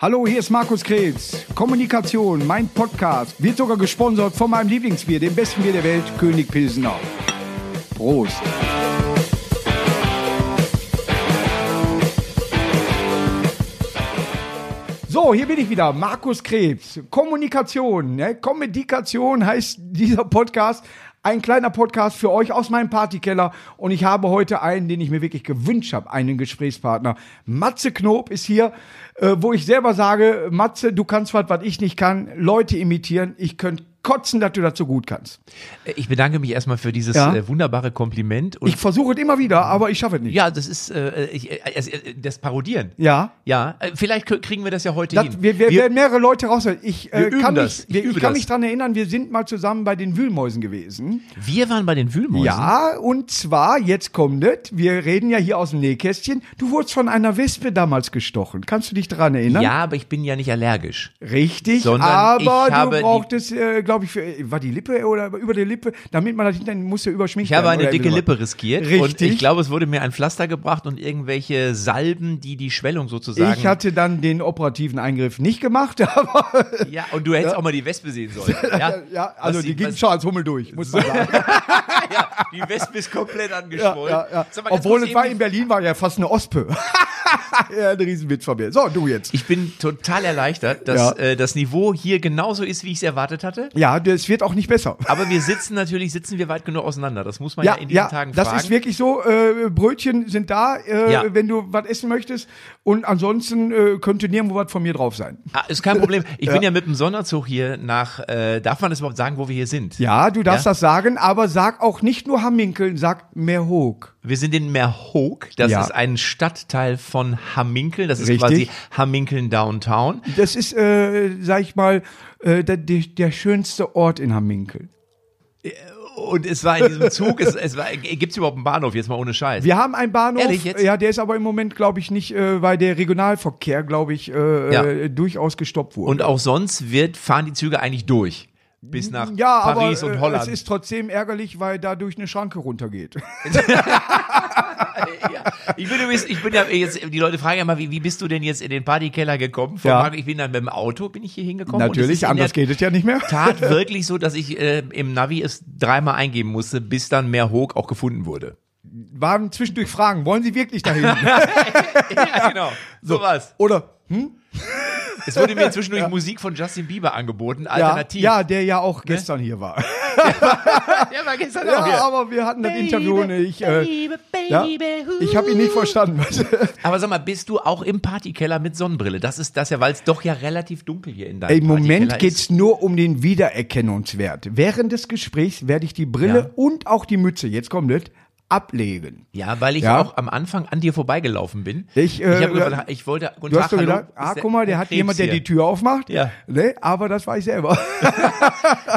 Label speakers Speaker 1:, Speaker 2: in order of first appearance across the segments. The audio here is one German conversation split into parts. Speaker 1: Hallo, hier ist Markus Kretz. Kommunikation, mein Podcast, wird sogar gesponsert von meinem Lieblingsbier, dem besten Bier der Welt, König Pilsener. Prost. So, hier bin ich wieder, Markus Krebs. Kommunikation, ne? Kommunikation heißt dieser Podcast. Ein kleiner Podcast für euch aus meinem Partykeller. Und ich habe heute einen, den ich mir wirklich gewünscht habe, einen Gesprächspartner. Matze Knob ist hier, äh, wo ich selber sage, Matze, du kannst was, was ich nicht kann. Leute imitieren. Ich könnte kotzen, dass du das so gut kannst.
Speaker 2: Ich bedanke mich erstmal für dieses
Speaker 1: Ja.
Speaker 2: äh, wunderbare Kompliment. Und
Speaker 1: Ich versuche es immer wieder, aber ich schaffe es nicht.
Speaker 2: ja, das ist äh, ich, äh, es- äh, das Parodieren.
Speaker 1: ja.
Speaker 2: Ja, äh, vielleicht kö- kriegen wir das ja heute
Speaker 1: Das,
Speaker 2: hin.
Speaker 1: wir, wir, werden mehrere Leute raus. Ich, äh,
Speaker 2: Wir üben
Speaker 1: kann, mich,
Speaker 2: das. Ich
Speaker 1: ich,
Speaker 2: übe
Speaker 1: kann
Speaker 2: das.
Speaker 1: mich dran erinnern, wir sind mal zusammen bei den Wühlmäusen gewesen.
Speaker 2: wir waren bei den Wühlmäusen.
Speaker 1: Ja, und zwar, jetzt kommt es, wir reden ja hier aus dem Nähkästchen. Du wurdest von einer Wespe damals gestochen. Kannst du dich dran erinnern?
Speaker 2: ja, aber ich bin ja nicht allergisch.
Speaker 1: Richtig,
Speaker 2: Sondern
Speaker 1: aber
Speaker 2: ich habe
Speaker 1: du
Speaker 2: die-
Speaker 1: brauchtest, äh, glaube ich, für, war die Lippe oder über die Lippe, damit man das hinten muss ja überschminken.
Speaker 2: Ich habe eine dicke Lippe riskiert und
Speaker 1: Richtig.
Speaker 2: ich glaube, es wurde mir ein Pflaster gebracht und irgendwelche Salben, die die Schwellung sozusagen.
Speaker 1: Ich hatte dann den operativen Eingriff nicht gemacht, aber äh,
Speaker 2: ja, und du hättest auch mal die Wespe sehen sollen. Ja,
Speaker 1: ja, also
Speaker 2: Was
Speaker 1: die
Speaker 2: sie-
Speaker 1: ging
Speaker 2: was-
Speaker 1: schon als Hummel durch, muss man sagen.
Speaker 2: ja, die Wespe ist komplett
Speaker 1: Ja,
Speaker 2: angeschwollen.
Speaker 1: ja, ja.
Speaker 2: Sag mal, ganz
Speaker 1: Obwohl
Speaker 2: kurz
Speaker 1: es war
Speaker 2: eben-
Speaker 1: in Berlin war ja fast eine Ospe. ja, ein Riesenwitz von mir. So, du jetzt.
Speaker 2: Ich bin total erleichtert, dass
Speaker 1: Ja.
Speaker 2: äh, das Niveau hier genauso ist, wie ich es erwartet hatte.
Speaker 1: Ja, das wird auch nicht besser.
Speaker 2: Aber wir sitzen natürlich, sitzen wir weit genug auseinander. Das muss man ja,
Speaker 1: Ja,
Speaker 2: in diesen
Speaker 1: ja,
Speaker 2: Tagen
Speaker 1: das
Speaker 2: fragen.
Speaker 1: ist wirklich so. Äh, Brötchen sind da, äh,
Speaker 2: Ja.
Speaker 1: wenn du was essen möchtest. Und ansonsten äh, könnte nirgendwo was von mir drauf sein.
Speaker 2: ah, ist kein Problem. Ich bin ja mit dem Sonderzug hier nach, äh, darf man das überhaupt sagen, wo wir hier sind?
Speaker 1: Ja, du darfst
Speaker 2: Ja.
Speaker 1: das sagen, aber sag auch nicht nur Hamminkeln, sag Meerhoek.
Speaker 2: Wir sind in Merhoek. Das
Speaker 1: Ja.
Speaker 2: ist ein Stadtteil von Hamminkeln. Das ist
Speaker 1: Richtig.
Speaker 2: quasi Hamminkeln Downtown.
Speaker 1: Das ist, äh, sag ich mal, äh, der, der, der schönste Ort in Hamminkeln.
Speaker 2: Und es war in diesem Zug, es, es war, gibt's überhaupt einen Bahnhof? Jetzt mal ohne Scheiß.
Speaker 1: Wir haben einen Bahnhof,
Speaker 2: Ehrlich jetzt?
Speaker 1: ja, der ist aber im Moment, glaube ich, nicht, äh, weil der Regionalverkehr, glaube ich, äh,
Speaker 2: Ja.
Speaker 1: äh, durchaus gestoppt wurde.
Speaker 2: Und auch sonst wird, fahren die Züge eigentlich durch. Bis nach
Speaker 1: ja,
Speaker 2: Paris
Speaker 1: aber
Speaker 2: und
Speaker 1: äh,
Speaker 2: Holland.
Speaker 1: es ist trotzdem ärgerlich, weil dadurch eine Schranke runtergeht.
Speaker 2: ja. Ich bin übrigens, ich bin ja jetzt, die Leute fragen ja mal, wie, wie bist du denn jetzt in den Partykeller gekommen? Von
Speaker 1: Ja.
Speaker 2: Marco, ich bin dann mit dem Auto, bin ich hier hingekommen. und es ist in
Speaker 1: anders
Speaker 2: der
Speaker 1: geht es ja nicht mehr.
Speaker 2: Tat wirklich so, dass ich äh, im Navi es dreimal eingeben musste, bis dann mehr Hoog auch gefunden wurde.
Speaker 1: Waren zwischendurch Fragen, wollen Sie wirklich dahin?
Speaker 2: ja, genau. So was.
Speaker 1: Oder hm?
Speaker 2: Es wurde mir zwischendurch Musik von Justin Bieber angeboten,
Speaker 1: ja,
Speaker 2: alternativ. Ne?
Speaker 1: ja, der ja auch gestern hier war.
Speaker 2: der war gestern auch
Speaker 1: Ja,
Speaker 2: hier.
Speaker 1: aber wir hatten das Interview nicht. Äh, ja, ich habe ihn nicht verstanden.
Speaker 2: Aber sag mal, bist du auch im Partykeller mit Sonnenbrille? Das ist das ja, weil es doch ja relativ dunkel hier in deinem
Speaker 1: Im Moment
Speaker 2: Partykeller ist.
Speaker 1: geht's nur um den Wiedererkennungswert. Während des Gesprächs werde ich die Brille
Speaker 2: Ja.
Speaker 1: und auch die Mütze, jetzt kommt es, ablegen.
Speaker 2: Ja, weil ich
Speaker 1: Ja.
Speaker 2: auch am Anfang an dir vorbeigelaufen bin.
Speaker 1: Ich, äh,
Speaker 2: hab gedacht, ich wollte, guten
Speaker 1: Du hast doch
Speaker 2: hallo,
Speaker 1: gedacht,
Speaker 2: ist
Speaker 1: ah,
Speaker 2: der-
Speaker 1: guck mal, der, hat
Speaker 2: Krebs
Speaker 1: jemand, der
Speaker 2: hier.
Speaker 1: die Tür aufmacht.
Speaker 2: Ja.
Speaker 1: Ne? Aber das war ich selber.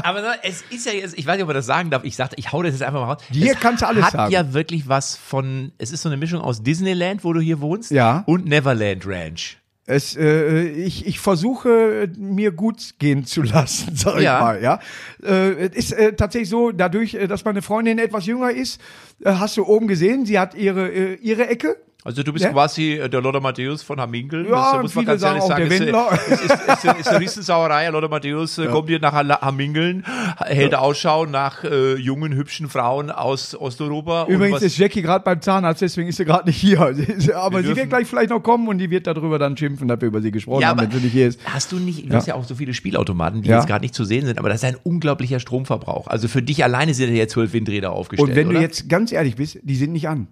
Speaker 2: Aber sag mal, es ist ja jetzt, ich weiß nicht, ob man das sagen darf, ich sagte, ich hau das jetzt einfach mal raus.
Speaker 1: Dir
Speaker 2: es
Speaker 1: kannst du alles
Speaker 2: hat
Speaker 1: sagen.
Speaker 2: ja wirklich was von, es ist so eine Mischung aus Disneyland, wo du hier wohnst,
Speaker 1: Ja.
Speaker 2: und Neverland Ranch.
Speaker 1: Es, äh, ich, ich versuche, mir gut gehen zu lassen, sag ich
Speaker 2: Ja.
Speaker 1: mal. Ja? Äh, es ist äh, tatsächlich so, dadurch, äh, dass meine Freundin etwas jünger ist, äh, hast du oben gesehen, sie hat ihre, äh, ihre Ecke.
Speaker 2: Also du bist
Speaker 1: Ja.
Speaker 2: quasi äh, der Lothar Matthäus von Haminkel.
Speaker 1: Ja, und viele sagen auch der Wendler.
Speaker 2: ist, ist, ist, ist, ist eine Riesensauerei. Herr Lothar Matthäus äh, kommt hier nach Hala- Haminkeln, hält Ausschau nach äh, jungen, hübschen Frauen aus Osteuropa. und
Speaker 1: Übrigens
Speaker 2: was-
Speaker 1: ist Jackie gerade beim Zahnarzt, deswegen ist sie gerade nicht hier. Sie ist- Aber
Speaker 2: Wir
Speaker 1: sie wird
Speaker 2: dürfen-
Speaker 1: gleich vielleicht noch kommen und die wird darüber dann schimpfen, dass wir über sie gesprochen haben, wenn sie nicht hier ist.
Speaker 2: Hast du nicht, du hast ja auch so viele Spielautomaten, die
Speaker 1: Ja.
Speaker 2: jetzt gerade nicht zu sehen sind, aber das ist ein unglaublicher Stromverbrauch. Also für dich alleine sind ja jetzt zwölf Windräder aufgestellt.
Speaker 1: Und wenn
Speaker 2: oder?
Speaker 1: du jetzt ganz ehrlich bist, die sind nicht an.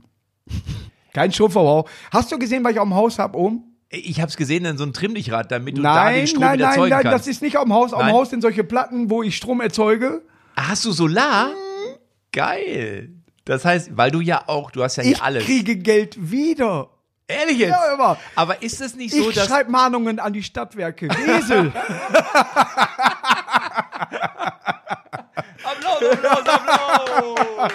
Speaker 1: Kein Stromverbrauch. Hast du gesehen, was ich auf dem Haus habe oben?
Speaker 2: ich habe es gesehen, dann so ein Trimmdichrad, damit du da
Speaker 1: Nein,
Speaker 2: den Strom
Speaker 1: nein,
Speaker 2: wieder
Speaker 1: nein,
Speaker 2: erzeugen
Speaker 1: nein, das
Speaker 2: kannst.
Speaker 1: ist nicht auf dem Haus. Auf dem
Speaker 2: Nein.
Speaker 1: Haus sind solche Platten, wo ich Strom erzeuge.
Speaker 2: Hast du Solar? Geil. Das heißt, weil du ja auch, du hast ja
Speaker 1: Ich
Speaker 2: hier alles.
Speaker 1: kriege Geld wieder.
Speaker 2: Ehrlich jetzt?
Speaker 1: Ja, aber
Speaker 2: aber ist es nicht
Speaker 1: ich
Speaker 2: so, dass
Speaker 1: schreibe Mahnungen an die Stadtwerke. Riesel.
Speaker 2: Applaus, Applaus, Applaus.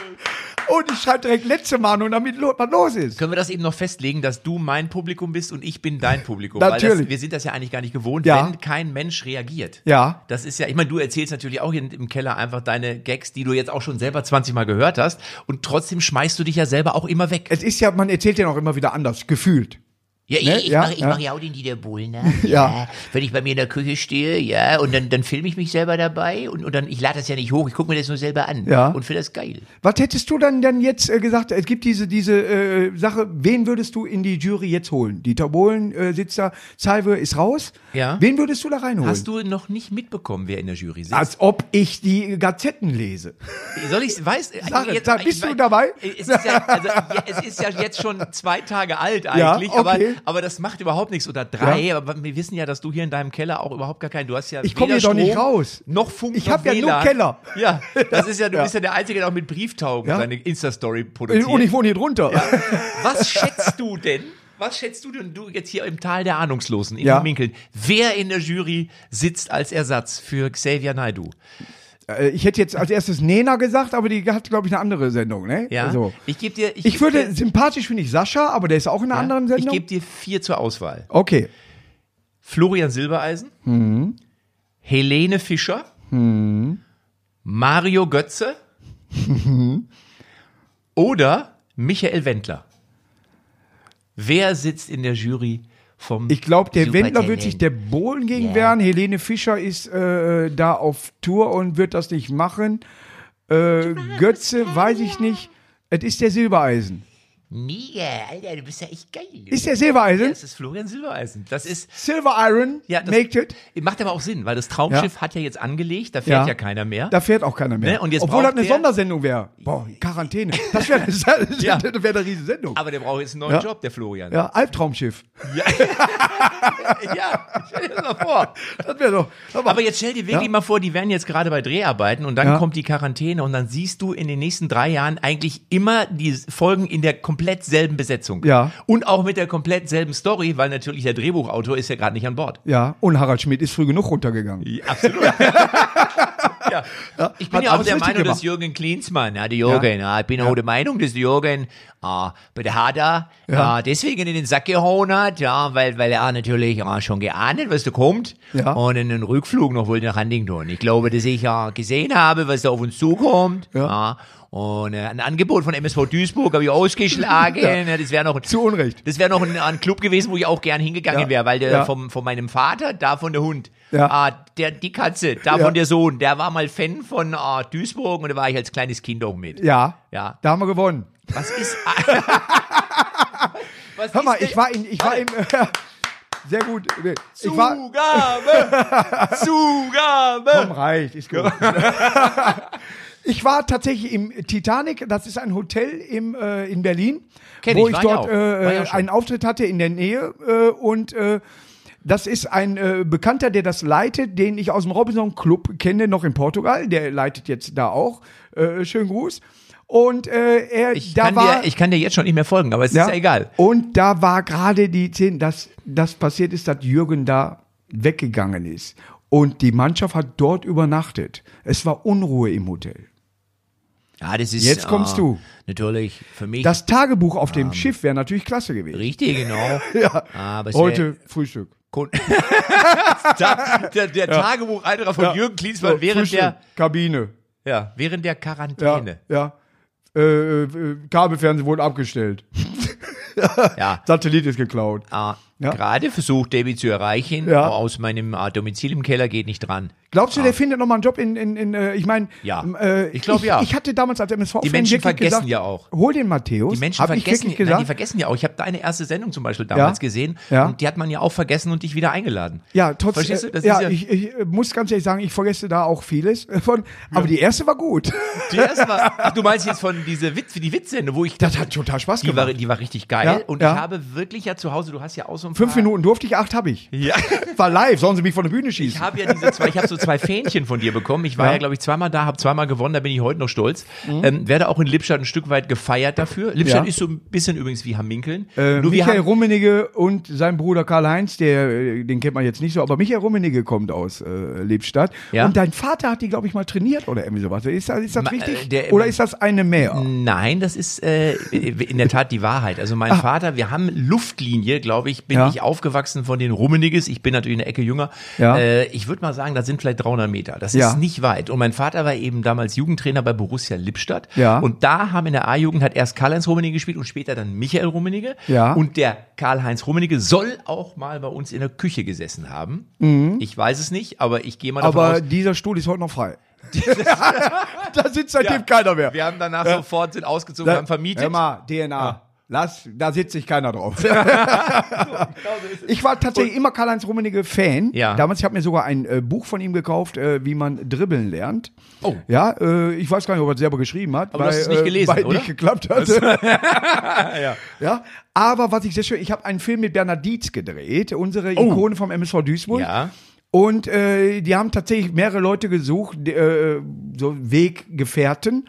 Speaker 1: und ich schreibe direkt letzte Mahnung, damit lo was los ist.
Speaker 2: Können wir das eben noch festlegen, dass du mein Publikum bist und ich bin dein Publikum? Weil
Speaker 1: Natürlich.
Speaker 2: das, wir sind das ja eigentlich gar nicht gewohnt,
Speaker 1: Ja.
Speaker 2: wenn kein Mensch reagiert.
Speaker 1: Ja.
Speaker 2: Das ist ja, ich meine, du erzählst natürlich auch hier im Keller einfach deine Gags, die du jetzt auch schon selber 20 Mal gehört
Speaker 1: Äh,
Speaker 2: hast und trotzdem schmeißt du dich ja selber auch immer weg.
Speaker 1: Es ist ja, man erzählt ja auch immer wieder anders, gefühlt.
Speaker 3: Ja, ich,
Speaker 1: Ne?
Speaker 3: ich
Speaker 1: Ja,
Speaker 3: mache
Speaker 1: ja.
Speaker 3: mach ja auch den Dieter Bohlen, ne?
Speaker 1: Ja.
Speaker 3: Wenn ich bei mir in der Küche stehe, ja, und dann, dann filme ich mich selber dabei und, und dann, ich lade das ja nicht hoch, ich gucke mir das nur selber an
Speaker 1: Ja.
Speaker 3: und finde das geil.
Speaker 1: Was hättest du dann, dann jetzt äh, gesagt? Es gibt diese, diese äh, Sache, wen würdest du in die Jury jetzt holen? Dieter Bohlen äh, sitzt da, Salve ist raus.
Speaker 2: Ja.
Speaker 1: Wen würdest du da reinholen?
Speaker 2: Hast du noch nicht mitbekommen, wer in der Jury sitzt?
Speaker 1: Als ob ich die Gazetten lese.
Speaker 2: Soll ich weiß?
Speaker 1: Sag es, sag, äh, bist du dabei?
Speaker 2: Es ist, ja, also, ja, es ist ja jetzt schon zwei Tage alt
Speaker 1: Ja,
Speaker 2: eigentlich,
Speaker 1: okay.
Speaker 2: aber, aber das macht überhaupt nichts. Oder drei, aber wir wissen ja, dass du hier in deinem Keller auch überhaupt gar keinen, du hast ja
Speaker 1: Ich komm
Speaker 2: weder
Speaker 1: hier doch nicht
Speaker 2: Strom,
Speaker 1: raus.
Speaker 2: Noch Funk,
Speaker 1: Ich
Speaker 2: noch
Speaker 1: hab ja nur
Speaker 2: WLAN.
Speaker 1: Keller.
Speaker 2: Ja, das ist ja, du
Speaker 1: Ja.
Speaker 2: bist ja der Einzige, der auch mit Brieftaugen
Speaker 1: Ja. Äh,
Speaker 2: seine Insta-Story produziert.
Speaker 1: Und ich wohne hier drunter.
Speaker 2: Was schätzt du denn? Was schätzt du denn, du jetzt hier im Tal der Ahnungslosen, in
Speaker 1: Ja.
Speaker 2: den Minkeln? Wer in der Jury sitzt als Ersatz für Xavier Naidu?
Speaker 1: Äh, Ich hätte jetzt als erstes Nena gesagt, aber die hat, glaube ich, eine andere Sendung. Ne?
Speaker 2: Ja,
Speaker 1: Also.
Speaker 2: ich gebe dir.
Speaker 1: Ich
Speaker 2: geb
Speaker 1: würde,
Speaker 2: dir-
Speaker 1: sympathisch finde ich Sascha, aber der ist auch in einer
Speaker 2: Ja,
Speaker 1: anderen
Speaker 2: Ich
Speaker 1: Sendung.
Speaker 2: gebe dir vier zur Auswahl.
Speaker 1: okay.
Speaker 2: Florian Silbereisen,
Speaker 1: Mhm.
Speaker 2: Helene Fischer, Mario Götze
Speaker 1: Mhm.
Speaker 2: oder Michael Wendler. Wer sitzt in der Jury vom
Speaker 1: Ich glaube, der
Speaker 3: Super
Speaker 1: Wendler wird
Speaker 3: Talent.
Speaker 1: sich der Bohlen gegen
Speaker 3: Ja.
Speaker 1: wehren. Helene Fischer ist äh, da auf Tour und wird das nicht machen. Äh, Götze, weiß ich nicht. Es ist der Silbereisen.
Speaker 3: Mega, Alter, du bist ja echt geil.
Speaker 1: Ist der Silbereisen?
Speaker 2: Das ist Florian Silbereisen. Das ist
Speaker 1: Silver Iron,
Speaker 2: Ja, das-
Speaker 1: Naked.
Speaker 2: macht aber auch Sinn, weil das Traumschiff hat ja jetzt angelegt, da fährt ja, keiner mehr.
Speaker 1: Da fährt auch keiner mehr.
Speaker 2: Ne, und jetzt
Speaker 1: Obwohl das
Speaker 2: braucht
Speaker 1: eine
Speaker 2: der-
Speaker 1: Sondersendung wäre. Boah, Quarantäne. Das wäre das
Speaker 2: Ja.
Speaker 1: das wär eine Riesensendung.
Speaker 2: aber der braucht jetzt einen neuen
Speaker 1: Ja.
Speaker 2: Job, der Florian.
Speaker 1: Ja, Albtraumschiff.
Speaker 2: ja stell dir das mal vor.
Speaker 1: Das wäre doch. Aber,
Speaker 2: Aber jetzt stell dir wirklich
Speaker 1: Ja.
Speaker 2: mal vor, die wären jetzt gerade bei Dreharbeiten und dann
Speaker 1: Ja.
Speaker 2: kommt die Quarantäne und dann siehst du in den nächsten drei Jahren eigentlich immer die Folgen in der komplett selben Besetzung.
Speaker 1: Ja.
Speaker 2: Und auch mit der komplett selben Story, weil natürlich der Drehbuchautor ist ja gerade nicht an Bord.
Speaker 1: ja, und Harald Schmidt ist früh genug runtergegangen.
Speaker 2: Absolut. ja. Ich bin
Speaker 1: hat
Speaker 2: ja auch
Speaker 1: alles
Speaker 2: der
Speaker 1: richtig
Speaker 2: Meinung, dass
Speaker 1: gemacht.
Speaker 2: Jürgen Klinsmann, ja, der Jürgen, ja. ich bin auch der Meinung, dass der Jürgen ah, bei der Hader
Speaker 1: Ja.
Speaker 2: ah, deswegen in den Sack gehauen hat, ja, weil, weil er natürlich ah, schon geahnt hat, was da kommt
Speaker 1: Ja.
Speaker 2: und in den Rückflug noch wollte nach Huntington. Ich glaube, dass ich ja gesehen habe, was da auf uns zukommt. Ja.
Speaker 1: Ja.
Speaker 2: Und äh, ein Angebot von MSV Duisburg habe ich ausgeschlagen. Ja, Das wäre noch
Speaker 1: Zu Unrecht.
Speaker 2: das wäre noch ein, ein Club gewesen, wo ich auch gern hingegangen
Speaker 1: Ja.
Speaker 2: wäre, weil der
Speaker 1: Ja.
Speaker 2: vom, von meinem Vater, davon der Hund,
Speaker 1: Ja.
Speaker 2: ah, der, die Katze, davon
Speaker 1: Ja.
Speaker 2: der Sohn, der war mal Fan von ah, Duisburg und da war ich als kleines Kind auch mit.
Speaker 1: Ja.
Speaker 2: Ja.
Speaker 1: Da haben wir gewonnen.
Speaker 2: Was ist. Was
Speaker 1: Hör mal,
Speaker 2: ist
Speaker 1: ich war in, ich war im, sehr gut. Ich war,
Speaker 2: Zugabe! Zugabe!
Speaker 1: komm, reicht, ist gut. Ich war tatsächlich im Titanic, das ist ein Hotel im, äh, in Berlin,
Speaker 2: Kenn
Speaker 1: wo
Speaker 2: ich,
Speaker 1: ich,
Speaker 2: war ich
Speaker 1: dort
Speaker 2: auch. War ich
Speaker 1: äh,
Speaker 2: auch schon.
Speaker 1: einen Auftritt hatte in der Nähe äh, und äh, das ist ein äh, Bekannter, der das leitet, den ich aus dem Robinson Club kenne, noch in Portugal. Der leitet jetzt da auch. Äh, schönen Gruß. Und äh, er,
Speaker 2: Ich,
Speaker 1: da
Speaker 2: kann
Speaker 1: war,
Speaker 2: dir, ich kann dir jetzt schon nicht mehr folgen, aber es ist ja egal.
Speaker 1: Und da war gerade die Szene, dass das passiert ist, dass Jürgen da weggegangen ist. Und die Mannschaft hat dort übernachtet. Es war Unruhe im Hotel.
Speaker 3: Ja, das ist,
Speaker 1: Jetzt kommst
Speaker 3: ah,
Speaker 1: du.
Speaker 3: Natürlich, für mich
Speaker 1: Das Tagebuch auf dem Schiff wäre natürlich klasse gewesen.
Speaker 3: richtig, genau.
Speaker 1: Ja.
Speaker 2: Ah,
Speaker 3: Aber es wär-
Speaker 1: Heute Frühstück.
Speaker 2: Kun- Ta- der der Tagebucheintrag von Jürgen Klinsmann
Speaker 1: So,
Speaker 2: während,
Speaker 1: Frühstück,
Speaker 2: der,
Speaker 1: Kabine.
Speaker 2: ja, während der
Speaker 1: Ja.
Speaker 2: Quarantäne.
Speaker 1: ja. Äh, äh, Kabelfernsehen wurde abgestellt.
Speaker 2: Ja.
Speaker 1: Satellit ist geklaut.
Speaker 2: Ah,
Speaker 1: Ja.
Speaker 2: gerade versucht, Debbie zu erreichen.
Speaker 1: Ja.
Speaker 2: Aus meinem ah, Domizil im Keller geht nicht dran.
Speaker 1: Glaubst du, der findet nochmal einen Job in, in, in äh, ich meine,
Speaker 2: Ah. Ja.
Speaker 1: äh,
Speaker 2: Ich glaub, ja.
Speaker 1: Ich hatte damals als MSV
Speaker 2: Die Menschen vergessen ja auch.
Speaker 1: Hol den Matthäus.
Speaker 2: Die Menschen
Speaker 1: Hab
Speaker 2: vergessen,
Speaker 1: ich wirklich
Speaker 2: nein, die
Speaker 1: gesagt.
Speaker 2: vergessen ja auch. Ich habe deine erste Sendung zum Beispiel damals
Speaker 1: Ja.
Speaker 2: gesehen
Speaker 1: Ja.
Speaker 2: und die hat man ja auch vergessen und dich wieder eingeladen.
Speaker 1: ja, trotzdem.
Speaker 2: Verstehst du? Das
Speaker 1: ja,
Speaker 2: ist ja
Speaker 1: ich, ich äh, muss ganz ehrlich sagen, ich vergesse da auch vieles von. Aber die erste war gut.
Speaker 2: die erste war, ach, du meinst jetzt von diese Witz, die Witzsende, wo ich
Speaker 1: Das hat total Spaß
Speaker 2: die war,
Speaker 1: gemacht.
Speaker 2: die war richtig geil
Speaker 1: Genau. Ja,
Speaker 2: und
Speaker 1: ja.
Speaker 2: ich habe wirklich ja zu Hause, du hast ja auch so ein
Speaker 1: Fünf
Speaker 2: paar,
Speaker 1: Minuten durfte ich, acht habe ich.
Speaker 2: Ja.
Speaker 1: War live, sollen sie mich von der Bühne
Speaker 2: Ich
Speaker 1: schießen.
Speaker 2: habe ja diese zwei, ich habe so zwei Fähnchen von dir bekommen. Ich war ja,
Speaker 1: Ja. Mhm.
Speaker 2: glaube ich, zweimal da, habe zweimal gewonnen, da bin ich heute noch stolz. Ähm, werde auch in Lippstadt ein Stück weit gefeiert dafür. Lippstadt
Speaker 1: Ja.
Speaker 2: ist so ein bisschen übrigens wie Hamminkeln.
Speaker 1: Äh,
Speaker 2: Nur wir
Speaker 1: Michael
Speaker 2: haben,
Speaker 1: Rummenigge und sein Bruder Karl-Heinz, der, äh, den kennt man jetzt nicht so, aber Michael Rummenigge kommt aus äh, Lippstadt.
Speaker 2: Ja.
Speaker 1: Und dein Vater hat die, glaube ich, mal trainiert oder irgendwie sowas. Ist das, ist das
Speaker 2: Ma- äh,
Speaker 1: richtig?
Speaker 2: der-
Speaker 1: oder ist das eine mehr?
Speaker 2: Nein, das ist äh, in der Tat die Wahrheit. Also mein Vater, wir haben Luftlinie, glaube ich, bin
Speaker 1: Ah. Ja.
Speaker 2: ich aufgewachsen von den Rummeniges. Ich bin natürlich eine Ecke jünger.
Speaker 1: Ja.
Speaker 2: Äh, ich würde mal sagen, das sind vielleicht 300 Meter. Das
Speaker 1: Ja.
Speaker 2: ist nicht weit. Und mein Vater war eben damals Jugendtrainer bei Borussia Lippstadt.
Speaker 1: Ja.
Speaker 2: Und da haben in der A-Jugend hat erst Karl-Heinz Rummenigge gespielt und später dann Michael Rummenigge.
Speaker 1: Ja.
Speaker 2: Und der Karl-Heinz Rummenigge soll auch mal bei uns in der Küche gesessen haben. Ich weiß es nicht, aber ich gehe mal davon
Speaker 1: Mhm. Aber
Speaker 2: aus.
Speaker 1: dieser Stuhl ist heute noch frei. da sitzt seitdem
Speaker 2: Ja.
Speaker 1: keiner mehr.
Speaker 2: Wir haben danach sofort sind ausgezogen,
Speaker 1: Da-
Speaker 2: haben vermietet.
Speaker 1: Hör mal, DNA. Lass, da sitzt sich keiner drauf.
Speaker 2: Genau
Speaker 1: ich war tatsächlich immer Karl-Heinz Rummenigge Fan.
Speaker 2: Ja.
Speaker 1: Damals, ich habe mir sogar ein äh, Buch von ihm gekauft, äh, wie man dribbeln lernt.
Speaker 2: Oh.
Speaker 1: Ja, äh, ich weiß gar nicht, ob er es selber geschrieben hat,
Speaker 2: Aber du
Speaker 1: weil,
Speaker 2: hast es nicht
Speaker 1: äh,
Speaker 2: gelesen,
Speaker 1: weil
Speaker 2: oder?
Speaker 1: nicht geklappt hat.
Speaker 2: ja.
Speaker 1: Ah, Ja, aber was ich sehr schön, ich habe einen Film mit Bernhard Dietz gedreht, unsere Ikone vom MSV Duisburg.
Speaker 2: Oh. Ja.
Speaker 1: Und äh, die haben tatsächlich mehrere Leute gesucht, die, äh, so Weggefährten.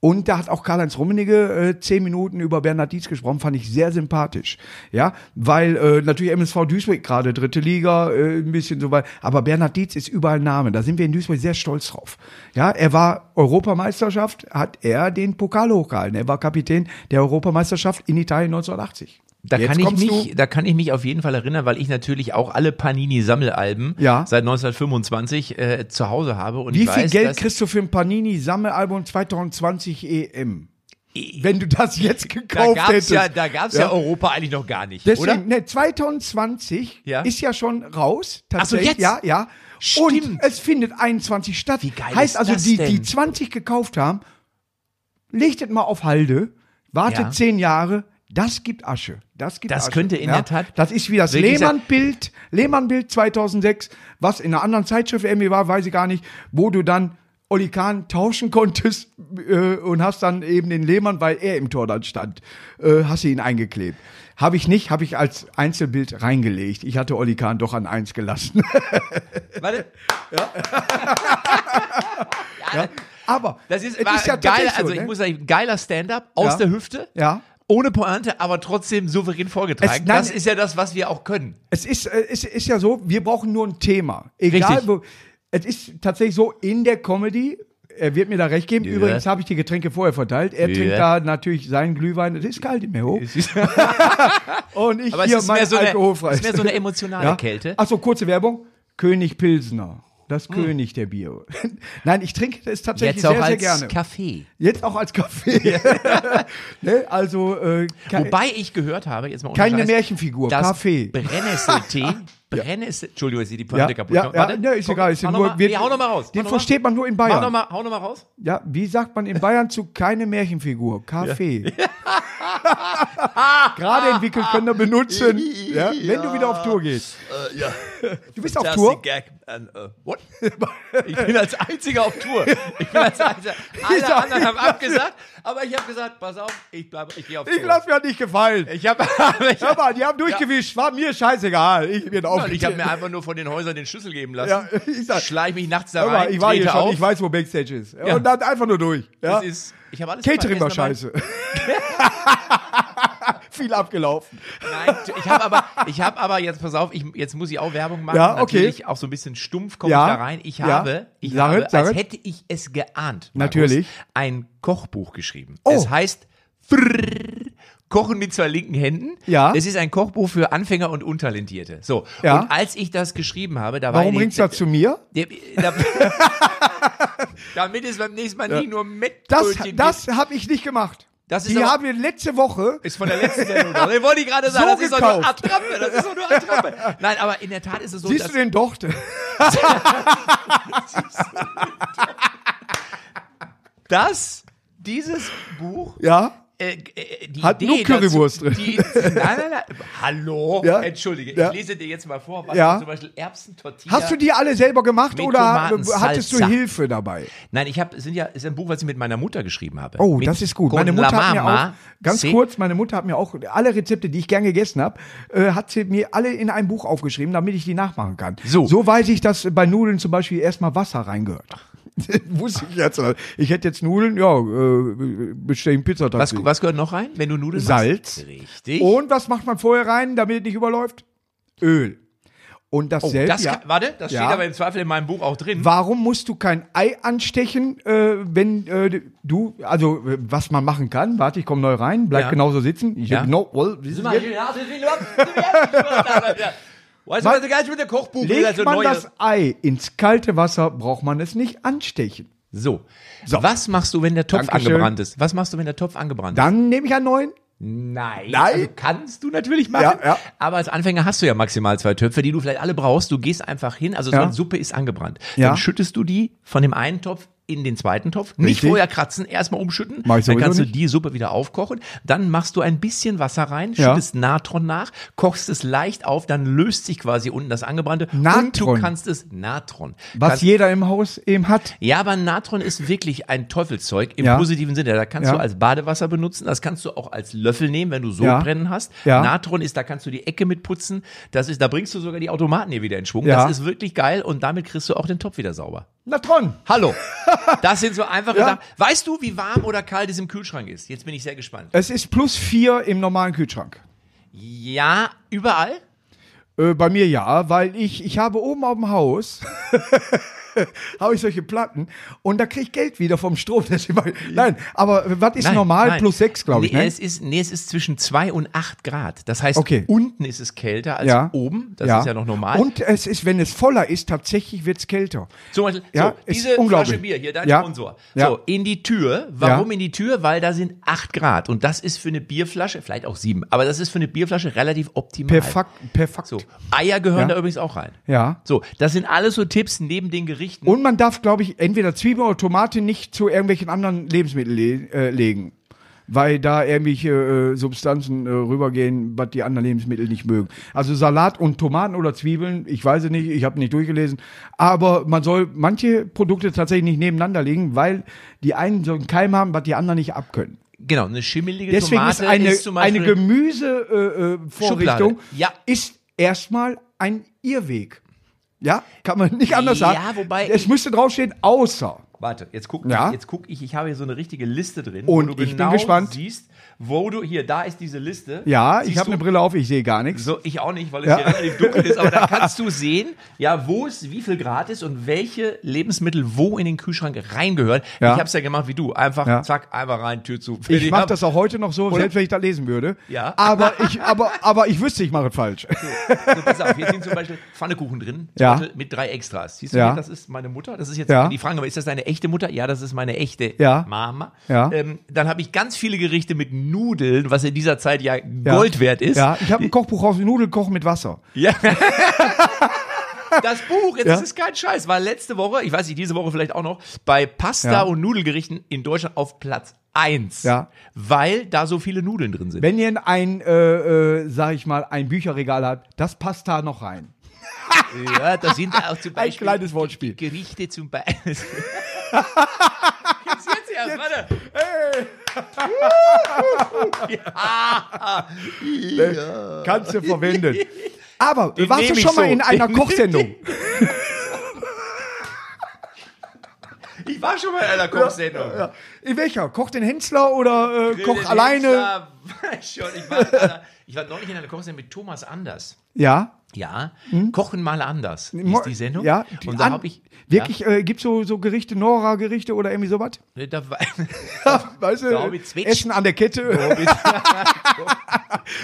Speaker 1: Und da hat auch Karl-Heinz Rummenigge äh, zehn Minuten über Bernhard Dietz gesprochen, fand ich sehr sympathisch. Ja, weil äh, natürlich MSV Duisburg gerade dritte Liga, äh, ein bisschen so weit. Aber Bernhard Dietz ist überall Name. Da sind wir in Duisburg sehr stolz drauf. Ja, er war Europameisterschaft, hat er den Pokal hochgehalten. Er war Kapitän der Europameisterschaft in Italien 1980.
Speaker 2: Da
Speaker 1: Jetzt
Speaker 2: kann, ich
Speaker 1: kommst
Speaker 2: mich,
Speaker 1: du-
Speaker 2: da kann ich mich auf jeden Fall erinnern, weil ich natürlich auch alle Panini-Sammelalben
Speaker 1: Ja.
Speaker 2: seit 1925 äh, zu Hause habe. Und
Speaker 1: Wie
Speaker 2: ich
Speaker 1: viel
Speaker 2: weiß,
Speaker 1: Geld
Speaker 2: dass-
Speaker 1: kriegst du für ein Panini-Sammelalbum 2020 EM? Wenn du das jetzt
Speaker 2: da
Speaker 1: gekauft
Speaker 2: gab's
Speaker 1: hättest.
Speaker 2: ja, Da gab es ja. Europa eigentlich noch gar nicht,
Speaker 1: Deswegen,
Speaker 2: oder?
Speaker 1: ne, 2020
Speaker 2: Ja.
Speaker 1: ist ja schon raus.
Speaker 2: so,
Speaker 1: tatsächlich.
Speaker 2: jetzt?
Speaker 1: Ja, ja. Und
Speaker 2: Stimmt.
Speaker 1: es findet 21 statt. Wie
Speaker 2: geil
Speaker 1: heißt
Speaker 2: ist
Speaker 1: also,
Speaker 2: das
Speaker 1: die,
Speaker 2: denn?
Speaker 1: die 20 gekauft haben, lichtet mal auf Halde, wartet
Speaker 2: Ja.
Speaker 1: 10 Jahre. Das gibt Asche. Das gibt
Speaker 2: Das
Speaker 1: Asche.
Speaker 2: könnte in der Tat
Speaker 1: Das ist wie das
Speaker 2: wirklich sein.
Speaker 1: Lehmann-Bild, Lehmann-Bild 2006, was in einer anderen Zeitschrift irgendwie war, weiß ich gar nicht, wo du dann Oli Kahn tauschen konntest äh, und hast dann eben den Lehmann, weil er im Tor dann stand, äh, hast du ihn eingeklebt. Habe ich nicht, habe ich als Einzelbild reingelegt. Ich hatte Oli Kahn doch an eins gelassen.
Speaker 2: Warte,
Speaker 1: Aber
Speaker 2: das ist,
Speaker 1: es
Speaker 2: war
Speaker 1: ja
Speaker 2: geil,
Speaker 1: tatsächlich so,
Speaker 2: also ich
Speaker 1: ne?
Speaker 2: muss sagen, geiler Stand-up aus
Speaker 1: Ja.
Speaker 2: der Hüfte.
Speaker 1: Ja.
Speaker 2: Ohne Pointe, aber trotzdem souverän vorgetragen.
Speaker 1: Es- nein,
Speaker 2: das ist ja das, was wir auch können.
Speaker 1: Es ist, äh, es ist ja so, wir brauchen nur ein Thema. Egal
Speaker 2: Richtig.
Speaker 1: wo. Es ist tatsächlich so, in der Comedy, er wird mir da recht geben.
Speaker 2: Ja.
Speaker 1: Übrigens habe ich die Getränke vorher verteilt. Er
Speaker 2: Ja.
Speaker 1: trinkt da natürlich seinen Glühwein. Es ist kalt im Meer hoch. Und ich
Speaker 2: Aber
Speaker 1: hier
Speaker 2: es ist,
Speaker 1: mein
Speaker 2: mehr so eine, es
Speaker 1: alkoholfreies.
Speaker 2: ist mehr so eine emotionale Kälte. Hm.
Speaker 1: Achso, kurze Werbung. König Pilsner. Das König der Biere. Nein, ich trinke es tatsächlich
Speaker 2: Jetzt auch
Speaker 1: sehr, sehr
Speaker 2: als
Speaker 1: gerne.
Speaker 2: Kaffee.
Speaker 1: Jetzt auch als Kaffee. ne? Also, äh, ke-
Speaker 2: Wobei ich gehört habe, jetzt mal ohne
Speaker 1: keine
Speaker 2: Scheiß,
Speaker 1: Märchenfigur,
Speaker 2: dass
Speaker 1: Kaffee.
Speaker 2: Brennnesseltee, Brennnessel, Entschuldigung, ist hier die Pointe kaputt.
Speaker 1: Ja,
Speaker 2: Noch-
Speaker 1: ja, ne, ist
Speaker 2: komm,
Speaker 1: egal. Ist
Speaker 2: hau noch
Speaker 1: nur,
Speaker 2: mal,
Speaker 1: wir-
Speaker 2: nee, hau noch mal raus.
Speaker 1: Den
Speaker 2: hau noch mal.
Speaker 1: versteht man nur in
Speaker 2: Hau noch
Speaker 1: Bayern.
Speaker 2: mal, hau noch mal raus.
Speaker 1: Ja, wie sagt man in Bayern zu keine Märchenfigur? Kaffee. Gerade entwickelt können wir benutzen, ja, wenn du wieder auf Tour gehst.
Speaker 2: Äh, ja.
Speaker 1: Du bist auf Tour?
Speaker 2: Gag. And, uh, what? Ich bin als einziger auf Tour. Ich bin als einziger. Alle anderen haben abgesagt, aber ich habe gesagt, pass auf, ich bleib, ich gehe auf Tour.
Speaker 1: Ich lass mir das nicht gefallen.
Speaker 2: ich habe ich
Speaker 1: Hör
Speaker 2: hab,
Speaker 1: mal, die haben durchgewischt. War mir scheißegal. Ich bin auf
Speaker 2: ich hab mir einfach nur von den Häusern den Schlüssel geben lassen.
Speaker 1: Ja, ich
Speaker 2: ich
Speaker 1: sag-
Speaker 2: Schleich mich nachts da
Speaker 1: Hör mal,
Speaker 2: rein,
Speaker 1: ich war hier
Speaker 2: trete
Speaker 1: schon.
Speaker 2: auf.
Speaker 1: Ich weiß, wo Backstage ist. Und dann einfach nur durch. Ja.
Speaker 2: Das ist, ich habe alles
Speaker 1: Catering
Speaker 2: dabei,
Speaker 1: war
Speaker 2: Essen dabei.
Speaker 1: scheiße. Viel abgelaufen.
Speaker 2: Nein, ich habe aber, ich habe aber jetzt pass auf, ich, jetzt muss ich auch Werbung machen.
Speaker 1: Ja, okay.
Speaker 2: Natürlich auch so ein bisschen stumpf komme
Speaker 1: Ja,
Speaker 2: ich da rein. Ich
Speaker 1: ja.
Speaker 2: habe, ich
Speaker 1: Sag
Speaker 2: habe,
Speaker 1: es, sag
Speaker 2: als
Speaker 1: es.
Speaker 2: hätte ich es geahnt,
Speaker 1: Natürlich.
Speaker 2: ein Kochbuch geschrieben.
Speaker 1: Oh.
Speaker 2: Es heißt Frrrr, Kochen mit zwei linken Händen.
Speaker 1: Ja.
Speaker 2: Es ist ein Kochbuch für Anfänger und Untalentierte. So.
Speaker 1: Ja.
Speaker 2: Und als ich das geschrieben habe, da war
Speaker 1: Warum
Speaker 2: ja die-
Speaker 1: bringst du das zu mir?
Speaker 2: der- da, damit es beim nächsten Mal nicht nur mit
Speaker 1: Das, das habe ich nicht gemacht.
Speaker 2: Das ist
Speaker 1: die
Speaker 2: aber-
Speaker 1: haben wir letzte Woche
Speaker 2: Ist von der letzten Sendung. noch. Den wollte ich gerade sagen.
Speaker 1: So
Speaker 2: das ist doch nur
Speaker 1: gekauft.
Speaker 2: Attrappe. Das ist doch nur Attrappe. Nein, aber in der Tat ist es so,
Speaker 1: Siehst
Speaker 2: dass
Speaker 1: du den Dochte?
Speaker 2: das, dieses Buch,
Speaker 1: Ja.
Speaker 2: äh, äh, die
Speaker 1: Hat
Speaker 2: Idee
Speaker 1: nur Currywurst
Speaker 2: dazu,
Speaker 1: drin.
Speaker 2: Die, nein, nein, nein. Hallo?
Speaker 1: Ja.
Speaker 2: Entschuldige,
Speaker 1: Ja.
Speaker 2: ich lese dir jetzt mal vor, was
Speaker 1: Ja.
Speaker 2: zum Beispiel Erbsen-Tortilla...
Speaker 1: Hast du die alle selber gemacht
Speaker 2: Mit
Speaker 1: oder
Speaker 2: Tomatensalsa.
Speaker 1: hattest du Hilfe dabei?
Speaker 2: Nein, ich habe, sind ja, ist ein Buch, was ich mit meiner Mutter geschrieben habe.
Speaker 1: Oh,
Speaker 2: mit
Speaker 1: das ist gut.
Speaker 2: Con
Speaker 1: Meine
Speaker 2: la
Speaker 1: Mutter hat mir auch,
Speaker 2: Mama.
Speaker 1: ganz
Speaker 2: Se-
Speaker 1: kurz, meine Mutter hat mir auch alle Rezepte, die ich gern gegessen habe, äh, hat sie mir alle in ein Buch aufgeschrieben, damit ich die nachmachen kann.
Speaker 2: So.
Speaker 1: so weiß ich, dass bei Nudeln zum Beispiel erstmal Wasser reingehört. Wusste ich jetzt. nicht. Ich hätte jetzt Nudeln, ja, äh, bestelle ich einen
Speaker 2: Was,
Speaker 1: Pizzataxi.
Speaker 2: was gehört noch rein, wenn du Nudeln
Speaker 1: Salz.
Speaker 2: machst? Richtig.
Speaker 1: Und was macht man vorher rein, damit es nicht überläuft? Öl. Und dasselbe.
Speaker 2: Oh, Das
Speaker 1: ja,
Speaker 2: kann, warte, das
Speaker 1: ja.
Speaker 2: steht aber im Zweifel in meinem Buch auch drin.
Speaker 1: Warum musst du kein Ei anstechen, äh, wenn äh, du, also äh, was man machen kann, warte, ich komme neu rein, bleib
Speaker 2: Ja.
Speaker 1: genauso sitzen. Ich
Speaker 2: Ja.
Speaker 1: hab no, well, this is it.
Speaker 2: Weißt du, was der Geist mit dem Kochbuch wieder
Speaker 1: Legt
Speaker 2: so
Speaker 1: man
Speaker 2: neu
Speaker 1: das Ei ins kalte Wasser, braucht man es nicht anstechen.
Speaker 2: So. Was machst du, wenn der Topf
Speaker 1: Dankeschön.
Speaker 2: angebrannt ist? Was machst du, wenn der Topf angebrannt ist?
Speaker 1: Dann nehme ich einen neuen.
Speaker 2: Nein.
Speaker 1: Nein?
Speaker 2: Also kannst du natürlich machen.
Speaker 1: Ja, ja.
Speaker 2: Aber als Anfänger hast du ja maximal zwei Töpfe, die du vielleicht alle brauchst. Du gehst einfach hin, also
Speaker 1: Ja.
Speaker 2: so eine Suppe ist angebrannt.
Speaker 1: Ja.
Speaker 2: Dann schüttest du die von dem einen Topf in den zweiten Topf. Nicht
Speaker 1: Richtig.
Speaker 2: vorher kratzen, erstmal umschütten.
Speaker 1: Mach ich
Speaker 2: dann
Speaker 1: sowieso
Speaker 2: kannst du
Speaker 1: nicht.
Speaker 2: die Suppe wieder aufkochen. Dann machst du ein bisschen Wasser rein,
Speaker 1: Ja.
Speaker 2: schüttest Natron nach, kochst es leicht auf, dann löst sich quasi unten das Angebrannte. Und du
Speaker 1: Natron.
Speaker 2: kannst es Natron.
Speaker 1: Was
Speaker 2: kannst,
Speaker 1: jeder im Haus eben hat.
Speaker 2: ja, aber Natron ist wirklich ein Teufelszeug im
Speaker 1: Ja.
Speaker 2: positiven Sinne. Da kannst
Speaker 1: Ja.
Speaker 2: du als Badewasser benutzen, das kannst du auch als Löffel nehmen, wenn du so
Speaker 1: Ja.
Speaker 2: brennen hast.
Speaker 1: Ja.
Speaker 2: Natron ist, da kannst du die Ecke mit putzen. Das ist, da bringst du sogar die Automaten hier wieder in Schwung.
Speaker 1: Ja.
Speaker 2: Das ist wirklich geil und damit kriegst du auch den Topf wieder sauber.
Speaker 1: Natron.
Speaker 2: Hallo. Das sind so einfache
Speaker 1: Ja.
Speaker 2: Sachen. Weißt du, wie warm oder kalt es im Kühlschrank ist? Jetzt bin ich sehr gespannt.
Speaker 1: Es ist plus vier im normalen Kühlschrank.
Speaker 2: Ja, überall?
Speaker 1: Äh, bei mir ja, weil ich, ich habe oben auf dem Haus, habe ich solche Platten und da kriege ich Geld wieder vom Strom. Das ist immer, nein, aber was ist
Speaker 2: Nein,
Speaker 1: normal?
Speaker 2: nein.
Speaker 1: Plus sechs, glaube ich.
Speaker 2: Nee,
Speaker 1: Ne?
Speaker 2: es ist, nee, es ist zwischen zwei und acht Grad. Das heißt,
Speaker 1: Okay.
Speaker 2: unten ist es kälter als
Speaker 1: Ja.
Speaker 2: oben. Das ist ja noch normal.
Speaker 1: Und es ist, wenn es voller ist, tatsächlich wird es kälter.
Speaker 2: Zum Beispiel,
Speaker 1: Ja,
Speaker 2: so,
Speaker 1: ist
Speaker 2: diese
Speaker 1: unglaublich.
Speaker 2: Flasche Bier hier, dein
Speaker 1: Ja.
Speaker 2: Sponsor.
Speaker 1: Ja.
Speaker 2: So, in die Tür. Warum
Speaker 1: Ja.
Speaker 2: in die Tür? Weil da sind 8 Grad. Und das ist für eine Bierflasche, vielleicht auch 7, aber das ist für eine Bierflasche relativ optimal.
Speaker 1: Perfekt. perfekt.
Speaker 2: Halt. So, Eier gehören
Speaker 1: Ja.
Speaker 2: da übrigens auch rein.
Speaker 1: Ja.
Speaker 2: So, das sind alles so Tipps neben den Gerichten.
Speaker 1: Und man darf, glaube ich, entweder Zwiebel oder Tomate nicht zu irgendwelchen anderen Lebensmitteln le äh, legen. Weil da irgendwelche äh, Substanzen äh, rübergehen, was die anderen Lebensmittel nicht mögen. Also Salat und Tomaten oder Zwiebeln, ich weiß es nicht, ich habe nicht durchgelesen. Aber man soll manche Produkte tatsächlich nicht nebeneinander legen, weil die einen so einen Keim haben, was die anderen nicht abkönnen.
Speaker 2: genau, eine schimmelige
Speaker 1: Deswegen
Speaker 2: Tomate
Speaker 1: ist eine,
Speaker 2: zum
Speaker 1: eine
Speaker 2: Beispiel.
Speaker 1: Gemüsevorrichtung äh, Vorrichtung
Speaker 2: Ja.
Speaker 1: ist erstmal ein Irrweg. Ja, kann man nicht anders
Speaker 2: Ja,
Speaker 1: sagen.
Speaker 2: wobei
Speaker 1: es müsste draufstehen, außer.
Speaker 2: Warte, jetzt guck,
Speaker 1: Ja.
Speaker 2: ich, jetzt guck ich, ich habe hier so eine richtige Liste drin, genau
Speaker 1: Und ich bin gespannt.
Speaker 2: siehst, wo du, hier, da ist diese Liste.
Speaker 1: Ja, ich
Speaker 2: Siehst
Speaker 1: habe
Speaker 2: du,
Speaker 1: eine Brille auf, ich sehe gar nichts.
Speaker 2: So, ich auch nicht, weil es
Speaker 1: Ja.
Speaker 2: hier relativ dunkel ist, aber da kannst du sehen, ja, wo es wie viel Grad ist und welche Lebensmittel wo in den Kühlschrank reingehören.
Speaker 1: Ja.
Speaker 2: Ich hab's ja gemacht wie du. Einfach,
Speaker 1: Ja.
Speaker 2: zack, einfach rein, Tür zu.
Speaker 1: Ich mache
Speaker 2: hab-
Speaker 1: das auch heute noch so, selbst wenn ich das lesen würde.
Speaker 2: Ja.
Speaker 1: Aber ich, aber, aber ich wüsste, ich mache es falsch.
Speaker 2: So, pass auf, hier sind zum Beispiel Pfannekuchen drin,
Speaker 1: Ja.
Speaker 2: Trottel mit drei Extras. Siehst du,
Speaker 1: Ja.
Speaker 2: hier, das ist meine Mutter. Das ist jetzt
Speaker 1: Ja.
Speaker 2: die Frage, aber ist das deine echte Mutter? Ja, das ist meine echte
Speaker 1: Ja.
Speaker 2: Mama.
Speaker 1: Ja.
Speaker 2: Ähm, dann habe ich ganz viele Gerichte mit Nudeln, was in dieser Zeit ja Gold wert ist.
Speaker 1: Ja, ich habe ein Kochbuch aus Nudelkochen mit Wasser.
Speaker 2: Ja. Das Buch, jetzt
Speaker 1: Ja.
Speaker 2: ist es kein Scheiß, war letzte Woche, ich weiß nicht, diese Woche vielleicht auch noch, bei Pasta
Speaker 1: Ja.
Speaker 2: und Nudelgerichten in Deutschland auf Platz 1.
Speaker 1: Ja.
Speaker 2: Weil da so viele Nudeln drin sind.
Speaker 1: Wenn ihr ein, äh, äh, sag ich mal, ein Bücherregal habt, das passt da noch rein.
Speaker 2: Ja, da sind auch zum
Speaker 1: Ein kleines Wortspiel.
Speaker 2: Gerichte zum Beispiel. Gibt's jetzt erst, warte.
Speaker 1: Kannst du verwenden. Aber
Speaker 2: Den
Speaker 1: warst du
Speaker 2: nehm ich
Speaker 1: schon mal
Speaker 2: so.
Speaker 1: in einer
Speaker 2: Den-
Speaker 1: Kochsendung?
Speaker 2: Ich war schon mal in einer Kochsendung.
Speaker 1: Ja. In welcher? Koch den Hensler oder äh, Koch alleine?
Speaker 2: War schon, ich, war in einer, ich war neulich in einer Kochsendung mit Thomas Anders.
Speaker 1: Ja.
Speaker 2: Ja, kochen mal anders
Speaker 1: Hm? Mo-
Speaker 2: ist die Sendung.
Speaker 1: Ja.
Speaker 2: und da
Speaker 1: An-
Speaker 2: habe ich
Speaker 1: Wirklich, äh, gibt's so, so Gerichte, Nora-Gerichte oder irgendwie sowas?
Speaker 2: Ja, da war,
Speaker 1: Weißt du,
Speaker 2: Da hab ich zwitscht.
Speaker 1: Essen an der Kette.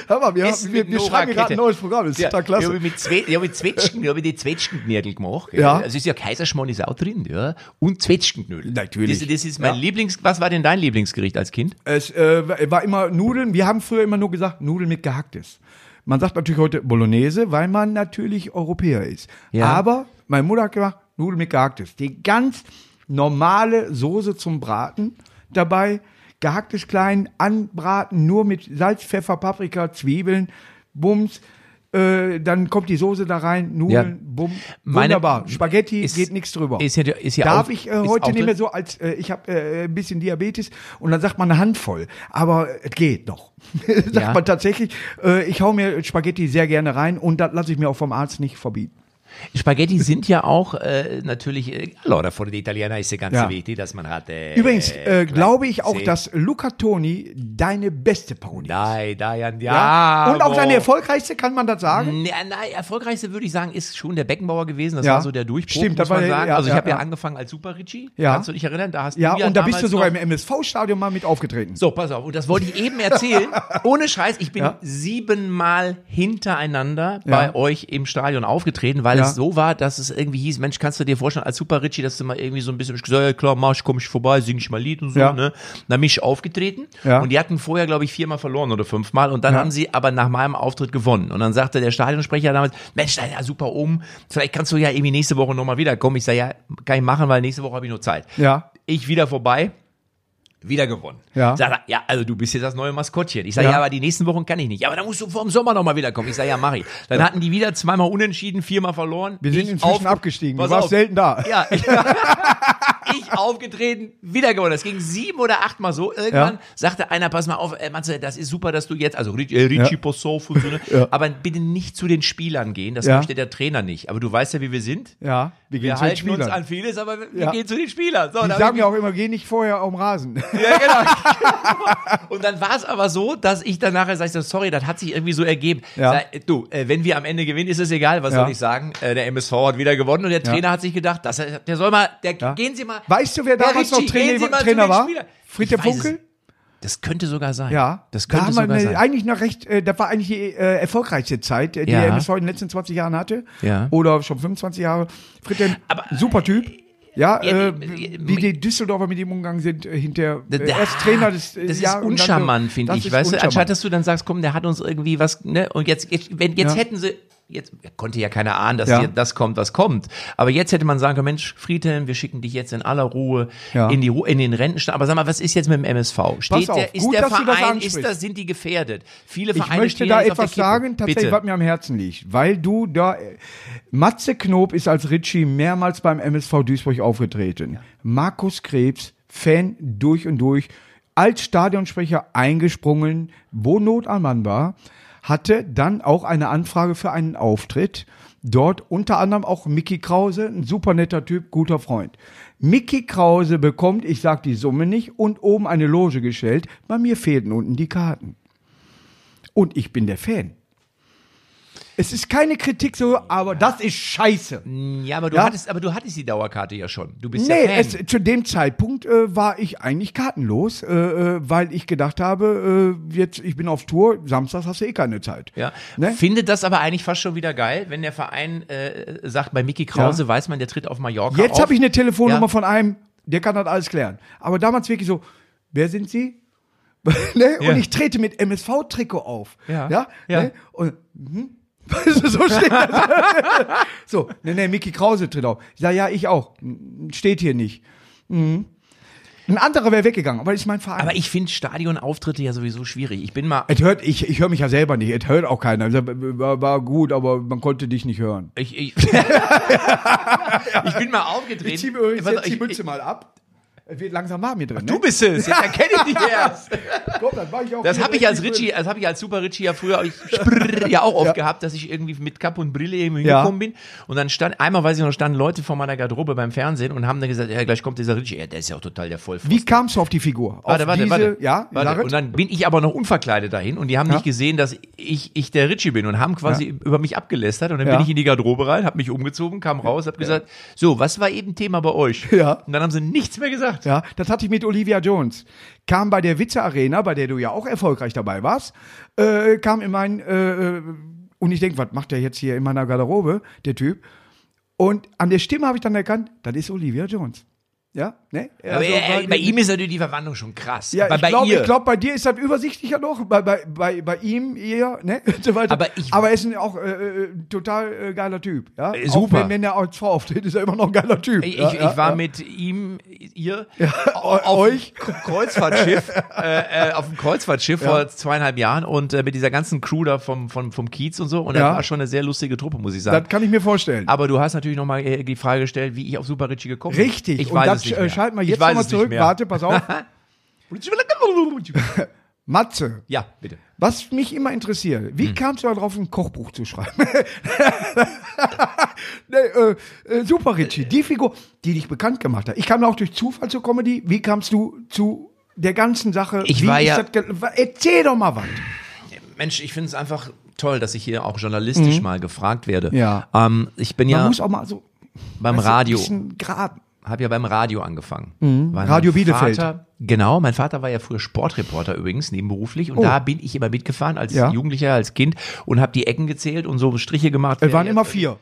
Speaker 1: Hör mal, wir,
Speaker 2: Essen
Speaker 1: haben, wir,
Speaker 2: mit
Speaker 1: wir
Speaker 2: Nora
Speaker 1: schreiben hier gerade ein
Speaker 2: Kette.
Speaker 1: neues Programm, das ist
Speaker 2: ja,
Speaker 1: total
Speaker 2: Ich
Speaker 1: klasse.
Speaker 2: habe mit Zwe ich hab mit Zwetschgen, ich habe die Zwetschgenknödel gemacht.
Speaker 1: Ja.
Speaker 2: Also ist ja Kaiserschmarrn ist auch drin, ja. Und Zwetschgenknödel.
Speaker 1: Natürlich.
Speaker 2: Das, das ist mein
Speaker 1: Ja.
Speaker 2: Lieblings. Was war denn dein Lieblingsgericht als Kind?
Speaker 1: Es äh, war immer Nudeln, wir haben früher immer nur gesagt, Nudeln mit Gehacktes. Man sagt natürlich heute Bolognese, weil man natürlich Europäer ist.
Speaker 2: Ja.
Speaker 1: Aber meine Mutter hat gemacht, Nudeln mit Gehacktes. Die ganz normale Soße zum Braten dabei, gehacktes klein, anbraten, nur mit Salz, Pfeffer, Paprika, Zwiebeln, Bums. Äh, dann kommt die Soße da rein, Nudeln,
Speaker 2: Ja.
Speaker 1: Bumm.
Speaker 2: Meine-
Speaker 1: Wunderbar. Spaghetti
Speaker 2: ist-
Speaker 1: geht nichts drüber.
Speaker 2: ist ja- ist ja
Speaker 1: Darf
Speaker 2: auch-
Speaker 1: ich äh,
Speaker 2: ist auch
Speaker 1: heute nicht
Speaker 2: drin.
Speaker 1: mehr so als äh, ich habe äh, ein bisschen Diabetes und dann sagt man eine Handvoll, aber es geht noch. sagt
Speaker 2: Ja.
Speaker 1: man tatsächlich, äh, ich hau mir Spaghetti sehr gerne rein und das lasse ich mir auch vom Arzt nicht verbieten.
Speaker 2: Spaghetti sind ja auch äh, natürlich. Äh, allora, for the Italiana ist ganz
Speaker 1: Ja.
Speaker 2: wichtig, dass man hat. Äh,
Speaker 1: Übrigens äh,
Speaker 2: klein-
Speaker 1: glaube ich auch,
Speaker 2: Seh-
Speaker 1: dass Luca Toni deine beste Parodie ist.
Speaker 2: Dai, dai, and
Speaker 1: Ja? Und auch
Speaker 2: Diavolo.
Speaker 1: deine erfolgreichste, kann man das sagen?
Speaker 2: Nee, nein, erfolgreichste würde ich sagen, ist schon der Beckenbauer gewesen. Das
Speaker 1: Ja.
Speaker 2: war so der Durchbruch,
Speaker 1: Stimmt,
Speaker 2: muss
Speaker 1: da war
Speaker 2: man
Speaker 1: ja-
Speaker 2: sagen.
Speaker 1: ja,
Speaker 2: also ich
Speaker 1: ja,
Speaker 2: habe ja,
Speaker 1: ja.
Speaker 2: angefangen als Super Richie.
Speaker 1: Ja.
Speaker 2: Kannst du dich erinnern? Da hast
Speaker 1: Ja,
Speaker 2: du ja
Speaker 1: und da bist
Speaker 2: damals
Speaker 1: du sogar
Speaker 2: noch-
Speaker 1: im MSV-Stadion mal mit aufgetreten.
Speaker 2: So, pass auf. Und das wollte ich eben erzählen. Ohne Scheiß, ich bin siebenmal hintereinander
Speaker 1: Ja.
Speaker 2: bei euch im Stadion aufgetreten, weil
Speaker 1: Ja.
Speaker 2: es so war, dass es irgendwie hieß, Mensch, kannst du dir vorstellen, als Super Richie, dass du mal irgendwie so ein bisschen, ich gesagt, ja klar, mach ich, komm ich vorbei, sing ich mal Lied und so,
Speaker 1: Ja.
Speaker 2: ne? Dann bin ich aufgetreten.
Speaker 1: Ja.
Speaker 2: Und die hatten vorher, glaube ich, viermal verloren oder fünfmal. Und dann haben sie aber nach meinem Auftritt gewonnen. Und dann sagte der Stadionsprecher damals, Mensch, da ja super oben. Vielleicht kannst du ja irgendwie nächste Woche nochmal wiederkommen. Ich sage, ja, kann ich machen, weil nächste Woche habe ich nur Zeit
Speaker 1: Ja.
Speaker 2: ich wieder vorbei, wieder gewonnen.
Speaker 1: Ja.
Speaker 2: Sagt er, ja, also du bist jetzt das neue Maskottchen. Ich sage,
Speaker 1: Ja.
Speaker 2: ja. aber die nächsten Wochen kann ich nicht. Ja, aber dann musst du vor dem Sommer nochmal wiederkommen. Ich sage, ja, mach ich. Dann hatten die wieder zweimal unentschieden, viermal verloren.
Speaker 1: Wir sind
Speaker 2: Ich
Speaker 1: inzwischen
Speaker 2: auf-
Speaker 1: abgestiegen. Du
Speaker 2: Pass
Speaker 1: warst
Speaker 2: auf.
Speaker 1: selten da.
Speaker 2: Ja, ich, ich aufgetreten, wieder gewonnen. Das ging sieben oder achtmal so. Irgendwann
Speaker 1: Ja.
Speaker 2: sagte einer, pass mal auf, äh, Matze, das ist super, dass du jetzt, also Ri- äh,
Speaker 1: Ja.
Speaker 2: Richie Possoff und so, ne?
Speaker 1: Ja.
Speaker 2: aber bitte nicht zu den Spielern gehen, das
Speaker 1: Ja.
Speaker 2: möchte der Trainer nicht. Aber du weißt ja, wie wir sind.
Speaker 1: Ja, wir gehen
Speaker 2: Wir
Speaker 1: zu den
Speaker 2: halten uns
Speaker 1: Spielern.
Speaker 2: an vieles, aber wir
Speaker 1: Ja.
Speaker 2: gehen zu den Spielern. So,
Speaker 1: Die
Speaker 2: da hab
Speaker 1: sagen
Speaker 2: ich
Speaker 1: ja auch immer, geh nicht vorher am Rasen.
Speaker 2: ja, genau. Und dann war es aber so, dass ich dann nachher sag ich so, sorry, das hat sich irgendwie so ergeben.
Speaker 1: Ja.
Speaker 2: Sag, du, äh, wenn wir am Ende gewinnen, ist es egal, was
Speaker 1: Ja.
Speaker 2: soll ich sagen. Äh, der MSV hat wieder gewonnen und der Trainer hat sich gedacht, das, der soll mal, der, gehen Sie mal.
Speaker 1: Weißt du, wer
Speaker 2: Herr
Speaker 1: damals noch
Speaker 2: Ritchie, gehen Sie
Speaker 1: Trainer,
Speaker 2: mal zu
Speaker 1: Trainer
Speaker 2: den
Speaker 1: war?
Speaker 2: Spielern.
Speaker 1: Friedhelm
Speaker 2: Ich weiß es
Speaker 1: Funkel?
Speaker 2: Das könnte sogar sein.
Speaker 1: Ja,
Speaker 2: Das
Speaker 1: da
Speaker 2: könnte
Speaker 1: haben wir
Speaker 2: sogar
Speaker 1: eine,
Speaker 2: sein.
Speaker 1: eigentlich noch recht, äh, das war eigentlich die äh, erfolgreichste Zeit, äh, die
Speaker 2: Ja.
Speaker 1: der MSV in den letzten 20 Jahren hatte.
Speaker 2: Ja.
Speaker 1: Oder schon 25 Jahre. Friedhelm,
Speaker 2: Aber, äh,
Speaker 1: super Typ. Ja,
Speaker 2: ja,
Speaker 1: äh,
Speaker 2: äh,
Speaker 1: wie die Düsseldorfer mit ihm umgegangen sind, äh, hinter
Speaker 2: Da-
Speaker 1: äh, erst Trainer des äh,
Speaker 2: das ist
Speaker 1: Jahr- und dann so.
Speaker 2: uncharmant, finde
Speaker 1: Das
Speaker 2: ich.
Speaker 1: ist
Speaker 2: Weißt du,
Speaker 1: uncharmant.
Speaker 2: anstatt dass du dann sagst, komm, der hat uns irgendwie was, ne? Und jetzt, jetzt wenn jetzt
Speaker 1: Ja.
Speaker 2: hätten sie jetzt konnte ja keiner ahnen, dass
Speaker 1: Ja.
Speaker 2: hier das kommt, was kommt. Aber jetzt hätte man sagen können, Mensch, Friedhelm, wir schicken dich jetzt in aller Ruhe
Speaker 1: Ja.
Speaker 2: in die Ru in den Rentenstand. Aber sag mal, was ist jetzt mit dem MSV? Steht
Speaker 1: auf,
Speaker 2: der, ist
Speaker 1: gut,
Speaker 2: der
Speaker 1: dass du das
Speaker 2: Verein,
Speaker 1: ansprichst.
Speaker 2: ist das, sind die gefährdet? Viele
Speaker 1: Ich
Speaker 2: Vereine
Speaker 1: möchte
Speaker 2: stehen
Speaker 1: da
Speaker 2: jetzt auf der
Speaker 1: etwas
Speaker 2: Kippe.
Speaker 1: sagen, tatsächlich, was
Speaker 2: Bitte.
Speaker 1: mir am Herzen liegt, weil du da, äh, Matze Knob ist als Ritchie mehrmals beim MSV Duisburg aufgetreten. Markus Krebs, Fan durch und durch, als Stadionsprecher eingesprungen, wo Not am Mann war, hatte dann auch eine Anfrage für einen Auftritt. Dort unter anderem auch Mickey Krause, ein super netter Typ, guter Freund. Mickey Krause bekommt, ich sag die Summe nicht, und oben eine Loge gestellt. Bei mir fehlten unten die Karten und ich bin der Fan. Es ist keine Kritik so, aber das ist scheiße.
Speaker 2: Ja, aber du
Speaker 1: Ja.
Speaker 2: hattest, aber du hattest die Dauerkarte ja schon. Du bist
Speaker 1: Nee,
Speaker 2: ja Fan.
Speaker 1: es, zu dem Zeitpunkt äh, war ich eigentlich kartenlos, äh, äh, weil ich gedacht habe, äh, jetzt ich bin auf Tour, samstags hast du eh keine Zeit.
Speaker 2: Ja.
Speaker 1: Ne?
Speaker 2: Findet das aber eigentlich fast schon wieder geil, wenn der Verein äh, sagt, bei Mickey Krause weiß man, der tritt auf Mallorca
Speaker 1: Jetzt
Speaker 2: auf.
Speaker 1: habe ich eine Telefonnummer
Speaker 2: Ja.
Speaker 1: von einem, der kann das alles klären. Aber damals wirklich so, wer sind Sie? ne? Und
Speaker 2: Ja.
Speaker 1: ich trete mit MSV-Trikot auf.
Speaker 2: Ja.
Speaker 1: Ja.
Speaker 2: Ja.
Speaker 1: Ne? Und, hm? Weißt du, so steht das. so, ne, ne, Mickey Krause tritt auf. Ich sage, ja, ich auch. Hm, Steht hier nicht. Mhm. Ein anderer wäre weggegangen, aber das ist mein Verein.
Speaker 2: Aber ich finde Stadionauftritte ja sowieso schwierig. Ich bin mal.
Speaker 1: es hört, ich, ich höre mich ja selber nicht, es hört auch keiner. Also, War, war gut, aber man konnte dich nicht hören.
Speaker 2: Ich, ich, ich bin mal aufgetreten. Pass auf, Äh, ich- ich-
Speaker 1: mal ab. Es wird langsam warm hier drin. ne?
Speaker 2: Du bist es, jetzt erkenne ich dich erst.
Speaker 1: Komm, das mache ich auch
Speaker 2: Das
Speaker 1: hier
Speaker 2: habe ich als
Speaker 1: richtig
Speaker 2: Richie, das habe ich als Super Richie ja früher ich, sprrr, ja auch oft
Speaker 1: Ja.
Speaker 2: gehabt, dass ich irgendwie mit Kappe und Brille irgendwie
Speaker 1: Ja.
Speaker 2: hingekommen bin. Und dann stand, einmal weiß ich noch, standen Leute vor meiner Garderobe beim Fernsehen und haben dann gesagt, ja, gleich kommt dieser Richie. Ja, der ist ja auch total der Vollpfosten.
Speaker 1: Wie kamst du auf die Figur? Auf
Speaker 2: Warte, warte,
Speaker 1: diese,
Speaker 2: warte.
Speaker 1: Ja,
Speaker 2: warte.
Speaker 1: Sarah?
Speaker 2: Und dann bin ich aber noch unverkleidet dahin und die haben
Speaker 1: Ja.
Speaker 2: nicht gesehen, dass ich, ich der Ritchie bin und haben quasi über mich abgelästert und dann
Speaker 1: Ja.
Speaker 2: bin ich in die Garderobe rein, habe mich umgezogen, kam raus, habe gesagt, so, was war eben Thema bei euch?
Speaker 1: Ja.
Speaker 2: Und dann haben sie nichts mehr gesagt.
Speaker 1: ja, das hatte ich mit Olivia Jones. Kam bei der Witze Arena, bei der du ja auch erfolgreich dabei warst, äh, kam in mein, äh, äh, und ich denke, was macht der jetzt hier in meiner Garderobe, der Typ? Und an der Stimme habe ich dann erkannt, das ist Olivia Jones. Ja, ne?
Speaker 2: Aber
Speaker 1: Also,
Speaker 2: er,
Speaker 1: weil-
Speaker 2: bei ihm ist natürlich die Verwandlung schon krass.
Speaker 1: ja,
Speaker 2: aber
Speaker 1: ich
Speaker 2: bei
Speaker 1: glaube,
Speaker 2: ihr.
Speaker 1: glaub, bei dir ist das übersichtlicher noch, bei, bei, bei, bei ihm, ihr, ne, und so weiter.
Speaker 2: Aber ich-
Speaker 1: Aber er ist ein, auch äh, äh, total äh, geiler Typ, ja.
Speaker 2: Äh,
Speaker 1: Auch
Speaker 2: super.
Speaker 1: wenn, wenn er als Frau auftritt, ist er immer noch ein geiler Typ.
Speaker 2: Ich,
Speaker 1: ja,
Speaker 2: ich,
Speaker 1: ja,
Speaker 2: ich war
Speaker 1: ja.
Speaker 2: mit ihm, ihr,
Speaker 1: euch?
Speaker 2: dem Kreuzfahrtschiff, äh, äh, auf dem Kreuzfahrtschiff vor zweieinhalb Jahren und äh, mit dieser ganzen Crew da vom, vom, vom Kiez und so. Und
Speaker 1: Ja.
Speaker 2: da war schon eine sehr lustige Truppe, muss ich sagen.
Speaker 1: Das kann ich mir vorstellen.
Speaker 2: Aber du hast natürlich nochmal äh, die Frage gestellt, wie ich auf Super Richie gekommen bin.
Speaker 1: Richtig.
Speaker 2: Ich
Speaker 1: und
Speaker 2: weiß
Speaker 1: das
Speaker 2: es nicht
Speaker 1: äh,
Speaker 2: mehr.
Speaker 1: schalten wir
Speaker 2: Ich
Speaker 1: jetzt
Speaker 2: weiß
Speaker 1: nochmal
Speaker 2: es nicht
Speaker 1: zurück.
Speaker 2: mehr.
Speaker 1: Warte, pass auf. Matze,
Speaker 2: Ja, bitte.
Speaker 1: was mich immer interessiert,
Speaker 2: Hm.
Speaker 1: wie kamst du darauf, ein Kochbuch zu schreiben? nee, äh, äh, super, Richie. Die Figur, die dich bekannt gemacht hat. Ich kam auch durch Zufall zur Comedy. Wie kamst du zu der ganzen Sache?
Speaker 2: Ich
Speaker 1: wie
Speaker 2: war
Speaker 1: ist
Speaker 2: ja-
Speaker 1: das ge- Wa- Erzähl doch mal was.
Speaker 2: Mensch, ich finde es einfach toll, dass ich hier auch journalistisch mal gefragt werde.
Speaker 1: Mhm. Ja.
Speaker 2: Ähm, ich bin
Speaker 1: Man
Speaker 2: ja
Speaker 1: muss auch mal so
Speaker 2: beim
Speaker 1: weißt du,
Speaker 2: Radio.
Speaker 1: ein bisschen graben.
Speaker 2: habe ja beim Radio angefangen. Weil
Speaker 1: Radio
Speaker 2: mein
Speaker 1: Bielefeld.
Speaker 2: Vater, genau, mein Vater war ja früher Sportreporter übrigens, nebenberuflich. Und
Speaker 1: Oh.
Speaker 2: da bin ich immer mitgefahren als
Speaker 1: Ja.
Speaker 2: Jugendlicher, als Kind und habe die Ecken gezählt und so Striche gemacht.
Speaker 1: Es
Speaker 2: Wer
Speaker 1: waren
Speaker 2: jetzt-
Speaker 1: immer vier.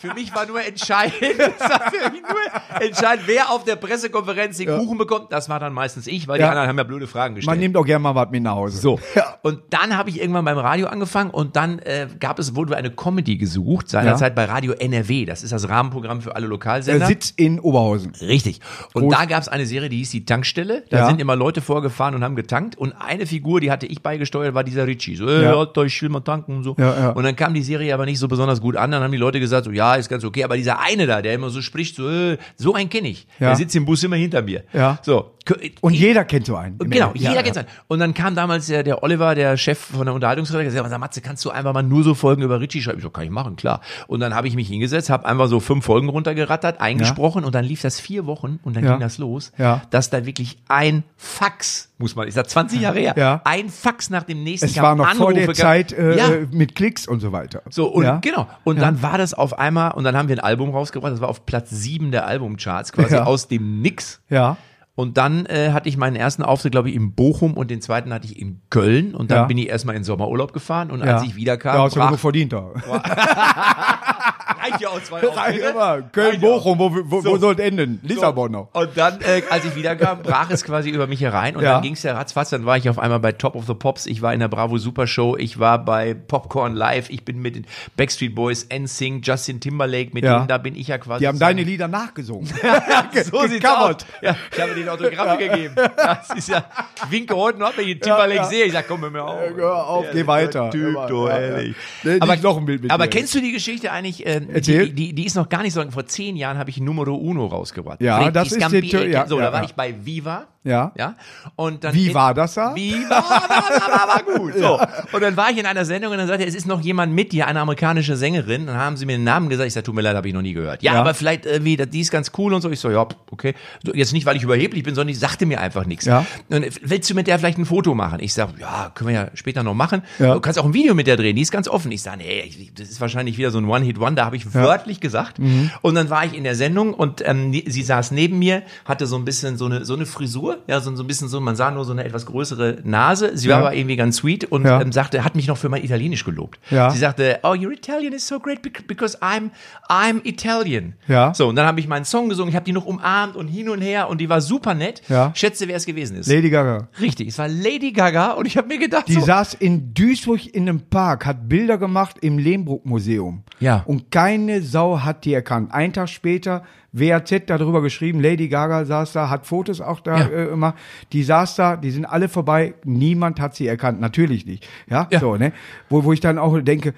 Speaker 2: Für mich war nur entscheidend, das war für mich nur entscheidend, wer auf der Pressekonferenz den Kuchen bekommt. Das war dann meistens ich, weil
Speaker 1: Ja.
Speaker 2: die anderen haben ja blöde Fragen gestellt.
Speaker 1: Man nimmt auch gerne mal was mit nach Hause.
Speaker 2: So.
Speaker 1: Ja.
Speaker 2: Und dann habe ich irgendwann beim Radio angefangen und dann äh, gab es, wurde eine Comedy gesucht, seinerzeit bei Radio NRW. Das ist das Rahmenprogramm für alle Lokalsender.
Speaker 1: Der Äh, Sitz in Oberhausen.
Speaker 2: Richtig. Und
Speaker 1: Groß.
Speaker 2: da gab es eine Serie, die hieß die Tankstelle. Da
Speaker 1: Ja.
Speaker 2: sind immer Leute vorgefahren und haben getankt. Und eine Figur, die hatte ich beigesteuert, war dieser Richie. So, äh,
Speaker 1: Ja.
Speaker 2: Alter, ich will mal tanken und so.
Speaker 1: Ja, ja.
Speaker 2: Und dann kam die Serie aber nicht so besonders gut an. Dann haben die Leute gesagt, so, ja, ist ganz okay. Aber dieser eine da, der immer so spricht, so, äh, so einen kenne ich.
Speaker 1: Ja.
Speaker 2: Der sitzt im Bus immer hinter mir.
Speaker 1: Ja.
Speaker 2: So.
Speaker 1: Und jeder kennt so einen.
Speaker 2: Genau, jeder
Speaker 1: ja.
Speaker 2: kennt sein. Und dann kam damals der, der Oliver, der Chef von der Unterhaltungsredaktion, der sagte, Matze, kannst du einfach mal nur so Folgen über Richie schreiben? Ich so, kann ich machen, klar. Und dann habe ich mich hingesetzt, habe einfach so fünf Folgen runtergerattert, eingesprochen und dann lief das vier Wochen und dann
Speaker 1: Ja.
Speaker 2: ging das los,
Speaker 1: Ja.
Speaker 2: dass da wirklich ein Fax, muss man, ist das 20 Jahre her,
Speaker 1: Ja.
Speaker 2: ein Fax nach dem nächsten
Speaker 1: Es
Speaker 2: kam,
Speaker 1: war noch vor der
Speaker 2: gab-
Speaker 1: Zeit äh,
Speaker 2: ja,
Speaker 1: mit Klicks und so weiter.
Speaker 2: so, und
Speaker 1: ja?
Speaker 2: genau. Und dann war das auf einmal, und dann haben wir ein Album rausgebracht, das war auf Platz sieben der Albumcharts, quasi
Speaker 1: Ja.
Speaker 2: aus dem Nix.
Speaker 1: Ja.
Speaker 2: Und dann äh, hatte ich meinen ersten Auftritt, glaube ich, in Bochum und den zweiten hatte ich in Köln. Und dann
Speaker 1: Ja.
Speaker 2: bin ich erstmal in Sommerurlaub gefahren. Und
Speaker 1: ja.
Speaker 2: als ich wiederkam,
Speaker 1: Ja,
Speaker 2: ja,
Speaker 1: hast du genug
Speaker 2: brach,
Speaker 1: verdient da.
Speaker 2: reicht ja auch zwei
Speaker 1: Reicht
Speaker 2: Auftritte.
Speaker 1: immer. Köln,
Speaker 2: ja.
Speaker 1: Bochum, wo, wo, wo
Speaker 2: So.
Speaker 1: soll es enden? Lissabon noch.
Speaker 2: Und dann, äh, als ich wiederkam, brach es quasi über mich herein. Und
Speaker 1: Ja.
Speaker 2: dann ging es ja ratzfatz. Dann war ich auf einmal bei Top of the Pops. Ich war in der Bravo Super Show. Ich war bei Popcorn Live. Ich bin mit den Backstreet Boys, NSYNC, Justin Timberlake. Mit
Speaker 1: Ja.
Speaker 2: denen da bin ich ja quasi.
Speaker 1: Die haben
Speaker 2: zusammen-
Speaker 1: deine Lieder nachgesungen.
Speaker 2: so sieht's aus.
Speaker 1: gecovert.
Speaker 2: Ja, ich habe denen Autogramme gegeben. Das ist ja, ich winke heute ab, wenn ich den Timberlake
Speaker 1: Ja, ja.
Speaker 2: sehe. Ich sag, komm, hör mir auf.
Speaker 1: Hör auf, geh weiter.
Speaker 4: Typ, du, ehrlich.
Speaker 1: Aber noch ein Bild mit
Speaker 2: Aber
Speaker 1: dir.
Speaker 2: kennst du die Geschichte eigentlich? Äh,
Speaker 1: Erzähl.
Speaker 2: die, die, die ist noch gar nicht so lange. Vor zehn Jahren habe ich Numero Uno rausgebracht.
Speaker 1: Ja,
Speaker 2: Fritti
Speaker 1: das ist die
Speaker 2: Scampi,
Speaker 1: Tür- ja,
Speaker 2: So,
Speaker 1: ja,
Speaker 2: da war
Speaker 1: ja.
Speaker 2: ich bei Viva.
Speaker 1: Ja.
Speaker 2: ja. Und dann
Speaker 1: Wie war das da?
Speaker 2: Viva war, war, war, war gut. So. Und dann war ich in einer Sendung und dann sagte er, es ist noch jemand mit dir, eine amerikanische Sängerin. Dann haben sie mir den Namen gesagt. Ich sage, tut mir leid, habe ich noch nie gehört. Ja,
Speaker 1: Ja.
Speaker 2: aber vielleicht irgendwie, das- die ist ganz cool und so. Ich so, ja, okay. So, jetzt nicht, weil ich überheblich bin, sondern die sagte mir einfach nichts.
Speaker 1: Ja.
Speaker 2: Und willst du mit der vielleicht ein Foto machen? Ich sage, ja, können wir ja später noch machen.
Speaker 1: Ja.
Speaker 2: Du kannst auch ein Video mit der drehen, die ist ganz offen. Ich sage, nee, ich, das ist wahrscheinlich wieder so ein One-Hit-Wonder, habe ich wörtlich gesagt.
Speaker 1: Mhm.
Speaker 2: Und dann war ich in der Sendung und ähm, nie- sie saß neben mir, hatte so ein bisschen so eine, so eine Frisur, ja, so, so ein bisschen so, man sah nur so eine etwas größere Nase. Sie war
Speaker 1: Ja.
Speaker 2: aber irgendwie ganz sweet und
Speaker 1: Ja.
Speaker 2: ähm, sagte, hat mich noch für mein Italienisch gelobt.
Speaker 1: Ja.
Speaker 2: Sie sagte, oh, your Italian is so great bec- because I'm, I'm Italian.
Speaker 1: Ja.
Speaker 2: So, und dann habe ich meinen Song gesungen, ich habe die noch umarmt und hin und her und die war super nett.
Speaker 1: Ja.
Speaker 2: Schätze, wer es gewesen ist.
Speaker 1: Lady Gaga.
Speaker 2: Richtig, es war Lady Gaga und ich habe mir gedacht,
Speaker 1: Die
Speaker 2: so,
Speaker 1: saß in Duisburg in einem Park, hat Bilder gemacht im Lehmbruck-Museum.
Speaker 2: Ja.
Speaker 1: Und keine Sau hat die erkannt. Einen Tag später, WAZ darüber geschrieben, Lady Gaga saß da, hat Fotos auch da
Speaker 2: Ja.
Speaker 1: äh, immer. Die saß da, die sind alle vorbei, niemand hat sie erkannt. Natürlich nicht. Ja,
Speaker 2: Ja.
Speaker 1: so, ne? Wo, wo ich dann auch denke,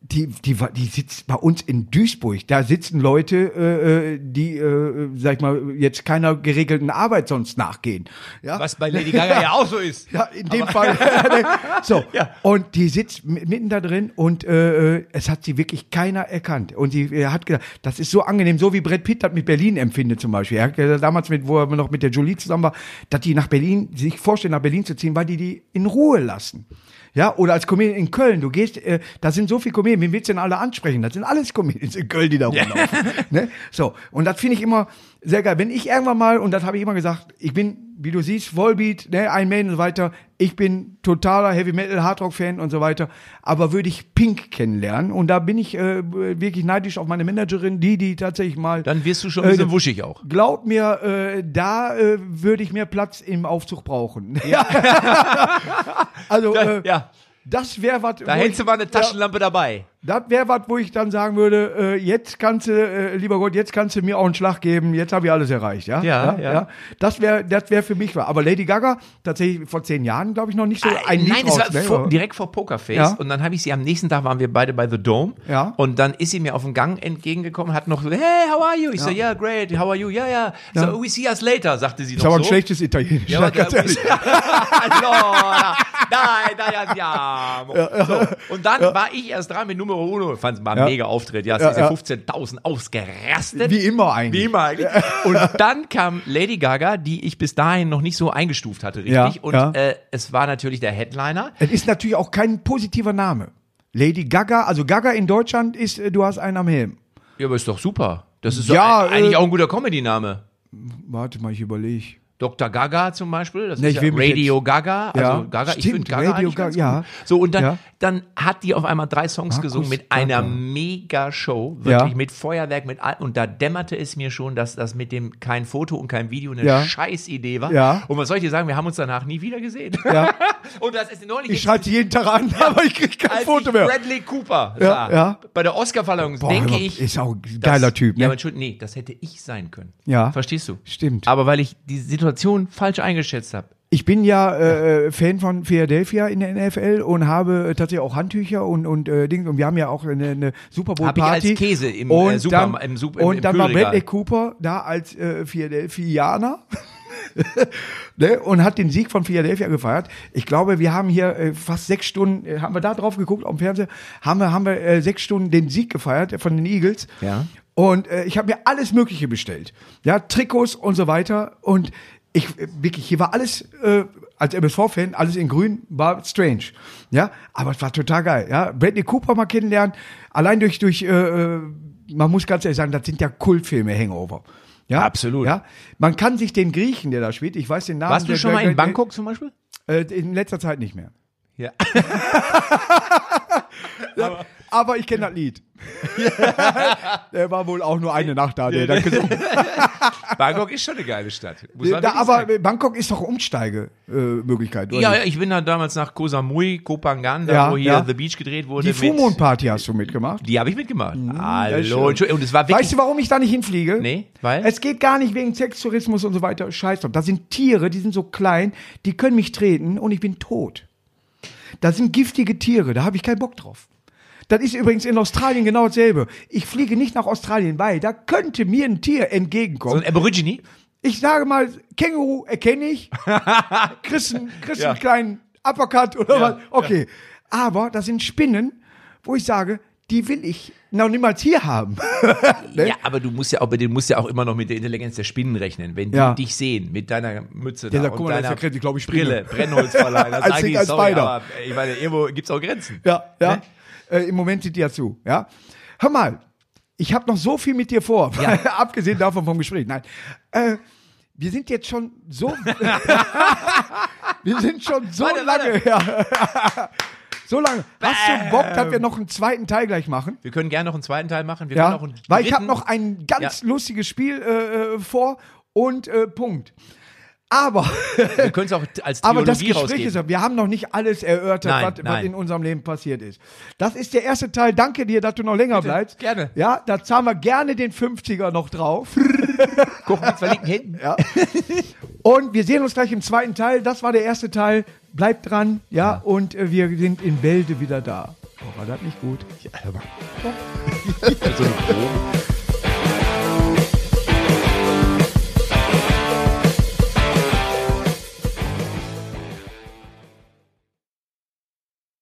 Speaker 1: die, die, wa- die sitzt bei uns in Duisburg. Da sitzen Leute, äh, äh, die, äh, sag ich mal, jetzt keiner geregelten Arbeit sonst nachgehen. Ja?
Speaker 2: was bei Lady Gaga ja auch so ist.
Speaker 1: Ja, in dem Fall. so, und die sitzt mi- mitten da drin und äh, äh, es hat sie wirklich keiner erkannt. Und sie äh, hat gesagt, das ist so angenehm, so wie Brett Pitt das mit Berlin empfindet zum Beispiel. Er hat gesagt, damals, mit, wo er noch mit der Jolie zusammen war, dass die nach Berlin, sich vorstellen, nach Berlin zu ziehen, weil die die in Ruhe lassen. Ja, oder als Comedian in Köln, du gehst, äh, da sind so viele Comedian, wen willst du denn alle ansprechen? Das sind alles Comedians in Köln, die da rumlaufen. ne? So, und das finde ich immer sehr geil. Wenn ich irgendwann mal, und das habe ich immer gesagt, ich bin wie du siehst, Volbeat, ne, Iron Maiden und so weiter. Ich bin totaler Heavy Metal, Hardrock Fan und so weiter. Aber würde ich Pink kennenlernen und da bin ich äh, wirklich neidisch auf meine Managerin, die, die tatsächlich mal.
Speaker 2: Dann wirst du schon
Speaker 1: Äh,
Speaker 2: ein bisschen wuschig auch.
Speaker 1: Glaub mir, äh, da äh, würde ich mehr Platz im Aufzug brauchen. Also, äh, Ja. also, äh,
Speaker 2: ja,
Speaker 1: das wäre was.
Speaker 2: da
Speaker 1: wo
Speaker 2: hättest du
Speaker 1: ich-
Speaker 2: mal eine Taschenlampe dabei.
Speaker 1: Das wäre was, wo ich dann sagen würde, äh, jetzt kannst du, äh, lieber Gott, jetzt kannst du mir auch einen Schlag geben, jetzt habe ich alles erreicht, ja?
Speaker 2: Ja, ja.
Speaker 1: Das wäre das wär für mich was. Aber Lady Gaga, tatsächlich vor zehn Jahren, glaube ich, noch nicht so ein Lied
Speaker 2: Äh, Nein, das
Speaker 1: raus,
Speaker 2: war
Speaker 1: ne?
Speaker 2: vor,
Speaker 1: Aber-
Speaker 2: direkt vor Pokerface.
Speaker 1: Ja.
Speaker 2: Und dann habe ich sie am nächsten Tag waren wir beide bei The Dome.
Speaker 1: Ja.
Speaker 2: Und dann ist sie mir auf dem Gang entgegengekommen, hat noch so, hey, how are you? Ich so, yeah, great, how are you? Ja, ja. So, we see us later, sagte sie
Speaker 1: ist
Speaker 2: noch
Speaker 1: aber
Speaker 2: so.
Speaker 1: ein schlechtes Italienisch,
Speaker 2: Ja,
Speaker 1: sag
Speaker 2: aber
Speaker 1: ganz
Speaker 2: der-
Speaker 1: ehrlich.
Speaker 2: Allora, dai, dai, andiamo. So. Und dann war ich erst dran mit Numero Uno. Fand es mal ein
Speaker 1: Ja.
Speaker 2: mega Auftritt. Ja, es
Speaker 1: Ja,
Speaker 2: sind diese
Speaker 1: ja.
Speaker 2: 15.000 ausgerastet.
Speaker 1: Wie immer eigentlich.
Speaker 2: Wie immer eigentlich. Und dann kam Lady Gaga, die ich bis dahin noch nicht so eingestuft hatte, richtig.
Speaker 1: Ja,
Speaker 2: Und
Speaker 1: ja.
Speaker 2: Äh, es war natürlich der Headliner.
Speaker 1: Es ist natürlich auch kein positiver Name. Lady Gaga, also Gaga in Deutschland ist, äh, du hast einen am Helm.
Speaker 2: Ja, aber ist doch super. Das ist
Speaker 1: Ja,
Speaker 2: doch ein- eigentlich
Speaker 1: äh,
Speaker 2: auch ein guter Comedy-Name.
Speaker 1: Warte mal, ich überlege.
Speaker 2: Dr. Gaga zum Beispiel, das
Speaker 1: Ne,
Speaker 2: ist
Speaker 1: ich
Speaker 2: ja
Speaker 1: will mich
Speaker 2: Radio
Speaker 1: jetzt-
Speaker 2: Gaga, also
Speaker 1: Ja,
Speaker 2: Gaga, ich
Speaker 1: stimmt,
Speaker 2: finde Gaga
Speaker 1: Radio
Speaker 2: eigentlich ganz
Speaker 1: Gaga,
Speaker 2: gut.
Speaker 1: ja.
Speaker 2: So und dann,
Speaker 1: Ja.
Speaker 2: dann hat die auf einmal drei Songs
Speaker 1: Markus
Speaker 2: gesungen mit
Speaker 1: Gaga.
Speaker 2: einer Mega-Show, wirklich
Speaker 1: Ja.
Speaker 2: mit Feuerwerk, mit all, und da dämmerte es mir schon, dass das mit dem kein Foto und kein Video eine
Speaker 1: Ja.
Speaker 2: Scheißidee war.
Speaker 1: Ja.
Speaker 2: Und was soll ich dir sagen, wir haben uns danach nie wieder gesehen.
Speaker 1: Ja.
Speaker 2: und das ist neulich
Speaker 1: Ich schreibe sie jeden Tag an, aber ich krieg kein
Speaker 2: als
Speaker 1: Foto
Speaker 2: ich
Speaker 1: mehr.
Speaker 2: Bradley Cooper
Speaker 1: Ja,
Speaker 2: sah,
Speaker 1: ja.
Speaker 2: bei der Oscar-Verleihung,
Speaker 1: Boah,
Speaker 2: denke
Speaker 1: aber
Speaker 2: ich,
Speaker 1: Ist auch ein geiler
Speaker 2: das-
Speaker 1: Typ,
Speaker 2: Ja,
Speaker 1: ne?
Speaker 2: aber Entschuldigung, nee, das hätte ich sein können.
Speaker 1: Ja.
Speaker 2: Verstehst du?
Speaker 1: Stimmt.
Speaker 2: Aber weil ich die Situation falsch eingeschätzt habe.
Speaker 1: Ich bin ja äh, Fan von Philadelphia in der NFL und habe äh, tatsächlich auch Handtücher und und äh, Dings und wir haben ja auch eine, eine Super Bowl
Speaker 2: Hab ich
Speaker 1: Party.
Speaker 2: als Käse im, äh,
Speaker 1: und
Speaker 2: Super-
Speaker 1: dann,
Speaker 2: im Sup- im-
Speaker 1: und
Speaker 2: im
Speaker 1: dann war
Speaker 2: Kühlregal.
Speaker 1: Bradley Cooper da als äh, Philadelphianer. ne? Und hat den Sieg von Philadelphia gefeiert. Ich glaube, wir haben hier äh, fast sechs Stunden, äh, haben wir da drauf geguckt auf dem Fernseher, haben wir, haben wir äh, sechs Stunden den Sieg gefeiert äh, von den Eagles.
Speaker 2: Ja.
Speaker 1: Und äh, ich habe mir alles Mögliche bestellt. Ja, Trikots und so weiter. Und ich, äh, wirklich, hier war alles, äh, als MSV-Fan, alles in grün, war strange. Ja, aber es war total geil. Ja, Bradley Cooper mal kennenlernen, allein durch, durch, äh, äh, man muss ganz ehrlich sagen, das sind ja Kultfilme, Hangover. Ja,
Speaker 2: Absolut.
Speaker 1: Ja, man kann sich den Griechen, der da spielt, ich weiß den Namen.
Speaker 2: Warst du
Speaker 1: der,
Speaker 2: schon
Speaker 1: der,
Speaker 2: mal in
Speaker 1: der-
Speaker 2: Bangkok zum Beispiel?
Speaker 1: Äh, in letzter Zeit nicht mehr.
Speaker 2: Ja.
Speaker 1: Aber ich kenne das Lied. der war wohl auch nur eine Nacht da, der das gesungen
Speaker 2: Bangkok ist schon eine geile Stadt. Muss man
Speaker 1: Da,
Speaker 2: wirklich
Speaker 1: aber
Speaker 2: sagen.
Speaker 1: Bangkok ist doch Umsteigemöglichkeit, äh, Möglichkeit, oder?
Speaker 2: Ja,
Speaker 1: nicht?
Speaker 2: ja, ich bin da damals nach Koh Samui, Koh Phangan, da
Speaker 1: Ja,
Speaker 2: wo hier
Speaker 1: ja.
Speaker 2: The Beach gedreht wurde.
Speaker 1: Die
Speaker 2: mit-
Speaker 1: Fumoon-Party hast du mitgemacht.
Speaker 2: Die habe ich mitgemacht. Hallo,
Speaker 1: schön.
Speaker 2: Entschuldigung. Und es war wirklich.
Speaker 1: Weißt du, warum ich da nicht hinfliege?
Speaker 2: Nee, weil?
Speaker 1: Es geht gar nicht wegen Sextourismus und so weiter. Scheiß drauf. Da sind Tiere, die sind so klein, die können mich treten und ich bin tot. Da sind giftige Tiere, da habe ich keinen Bock drauf. Das ist übrigens in Australien genau dasselbe. Ich fliege nicht nach Australien, weil da könnte mir ein Tier entgegenkommen.
Speaker 2: so ein Aborigine?
Speaker 1: ich sage mal, Känguru erkenne ich, kriegst einen, kriegst einen
Speaker 2: Ja.
Speaker 1: kleinen Uppercut oder
Speaker 2: Ja,
Speaker 1: was, okay. Aber das sind Spinnen, wo ich sage, die will ich noch niemals hier haben.
Speaker 2: Ja, aber du musst ja auch, bei denen musst ja auch immer noch mit der Intelligenz der Spinnen rechnen. Wenn die
Speaker 1: Ja.
Speaker 2: dich sehen, mit deiner Mütze
Speaker 1: Ja,
Speaker 2: da
Speaker 1: sag,
Speaker 2: und
Speaker 1: guck mal, da ist
Speaker 2: deiner
Speaker 1: der Kredit, glaub ich, Spinne.
Speaker 2: Brille, Brennholzverleih, dann
Speaker 1: Als
Speaker 2: sagen die,
Speaker 1: Singer als
Speaker 2: sorry,
Speaker 1: Spider.
Speaker 2: aber ich meine, irgendwo gibt's auch Grenzen.
Speaker 1: Ja, ja. Äh, Im Moment sind die ja zu, ja. Hör mal, ich habe noch so viel mit dir vor, abgesehen davon vom Gespräch. Nein, äh, wir sind jetzt schon so, wir sind schon so
Speaker 2: Warte,
Speaker 1: lange, ja. so lange. Hast du Bock, dass wir noch einen zweiten Teil gleich machen?
Speaker 2: Wir können gerne noch einen zweiten Teil machen. Wir können
Speaker 1: Ja,
Speaker 2: auch einen dritten.
Speaker 1: weil ich habe noch ein ganz lustiges Spiel äh, äh, vor und äh, Punkt. Aber,
Speaker 2: Wir können es auch t- als Theologie
Speaker 1: aber das Gespräch
Speaker 2: rausgeben.
Speaker 1: ist, wir haben noch nicht alles erörtert,
Speaker 2: Nein,
Speaker 1: was, was
Speaker 2: nein.
Speaker 1: in unserem Leben passiert ist. Das ist der erste Teil. Danke dir, dass du noch länger bleibst.
Speaker 2: gerne.
Speaker 1: Ja, da zahlen wir gerne den 50er noch drauf.
Speaker 2: Gucken wir uns verlinken hinten.
Speaker 1: Und wir sehen uns gleich im zweiten Teil. Das war der erste Teil. Bleibt dran, ja, und äh, wir sind in Bälde wieder da. Oh, war das nicht gut?
Speaker 2: So eine Probe.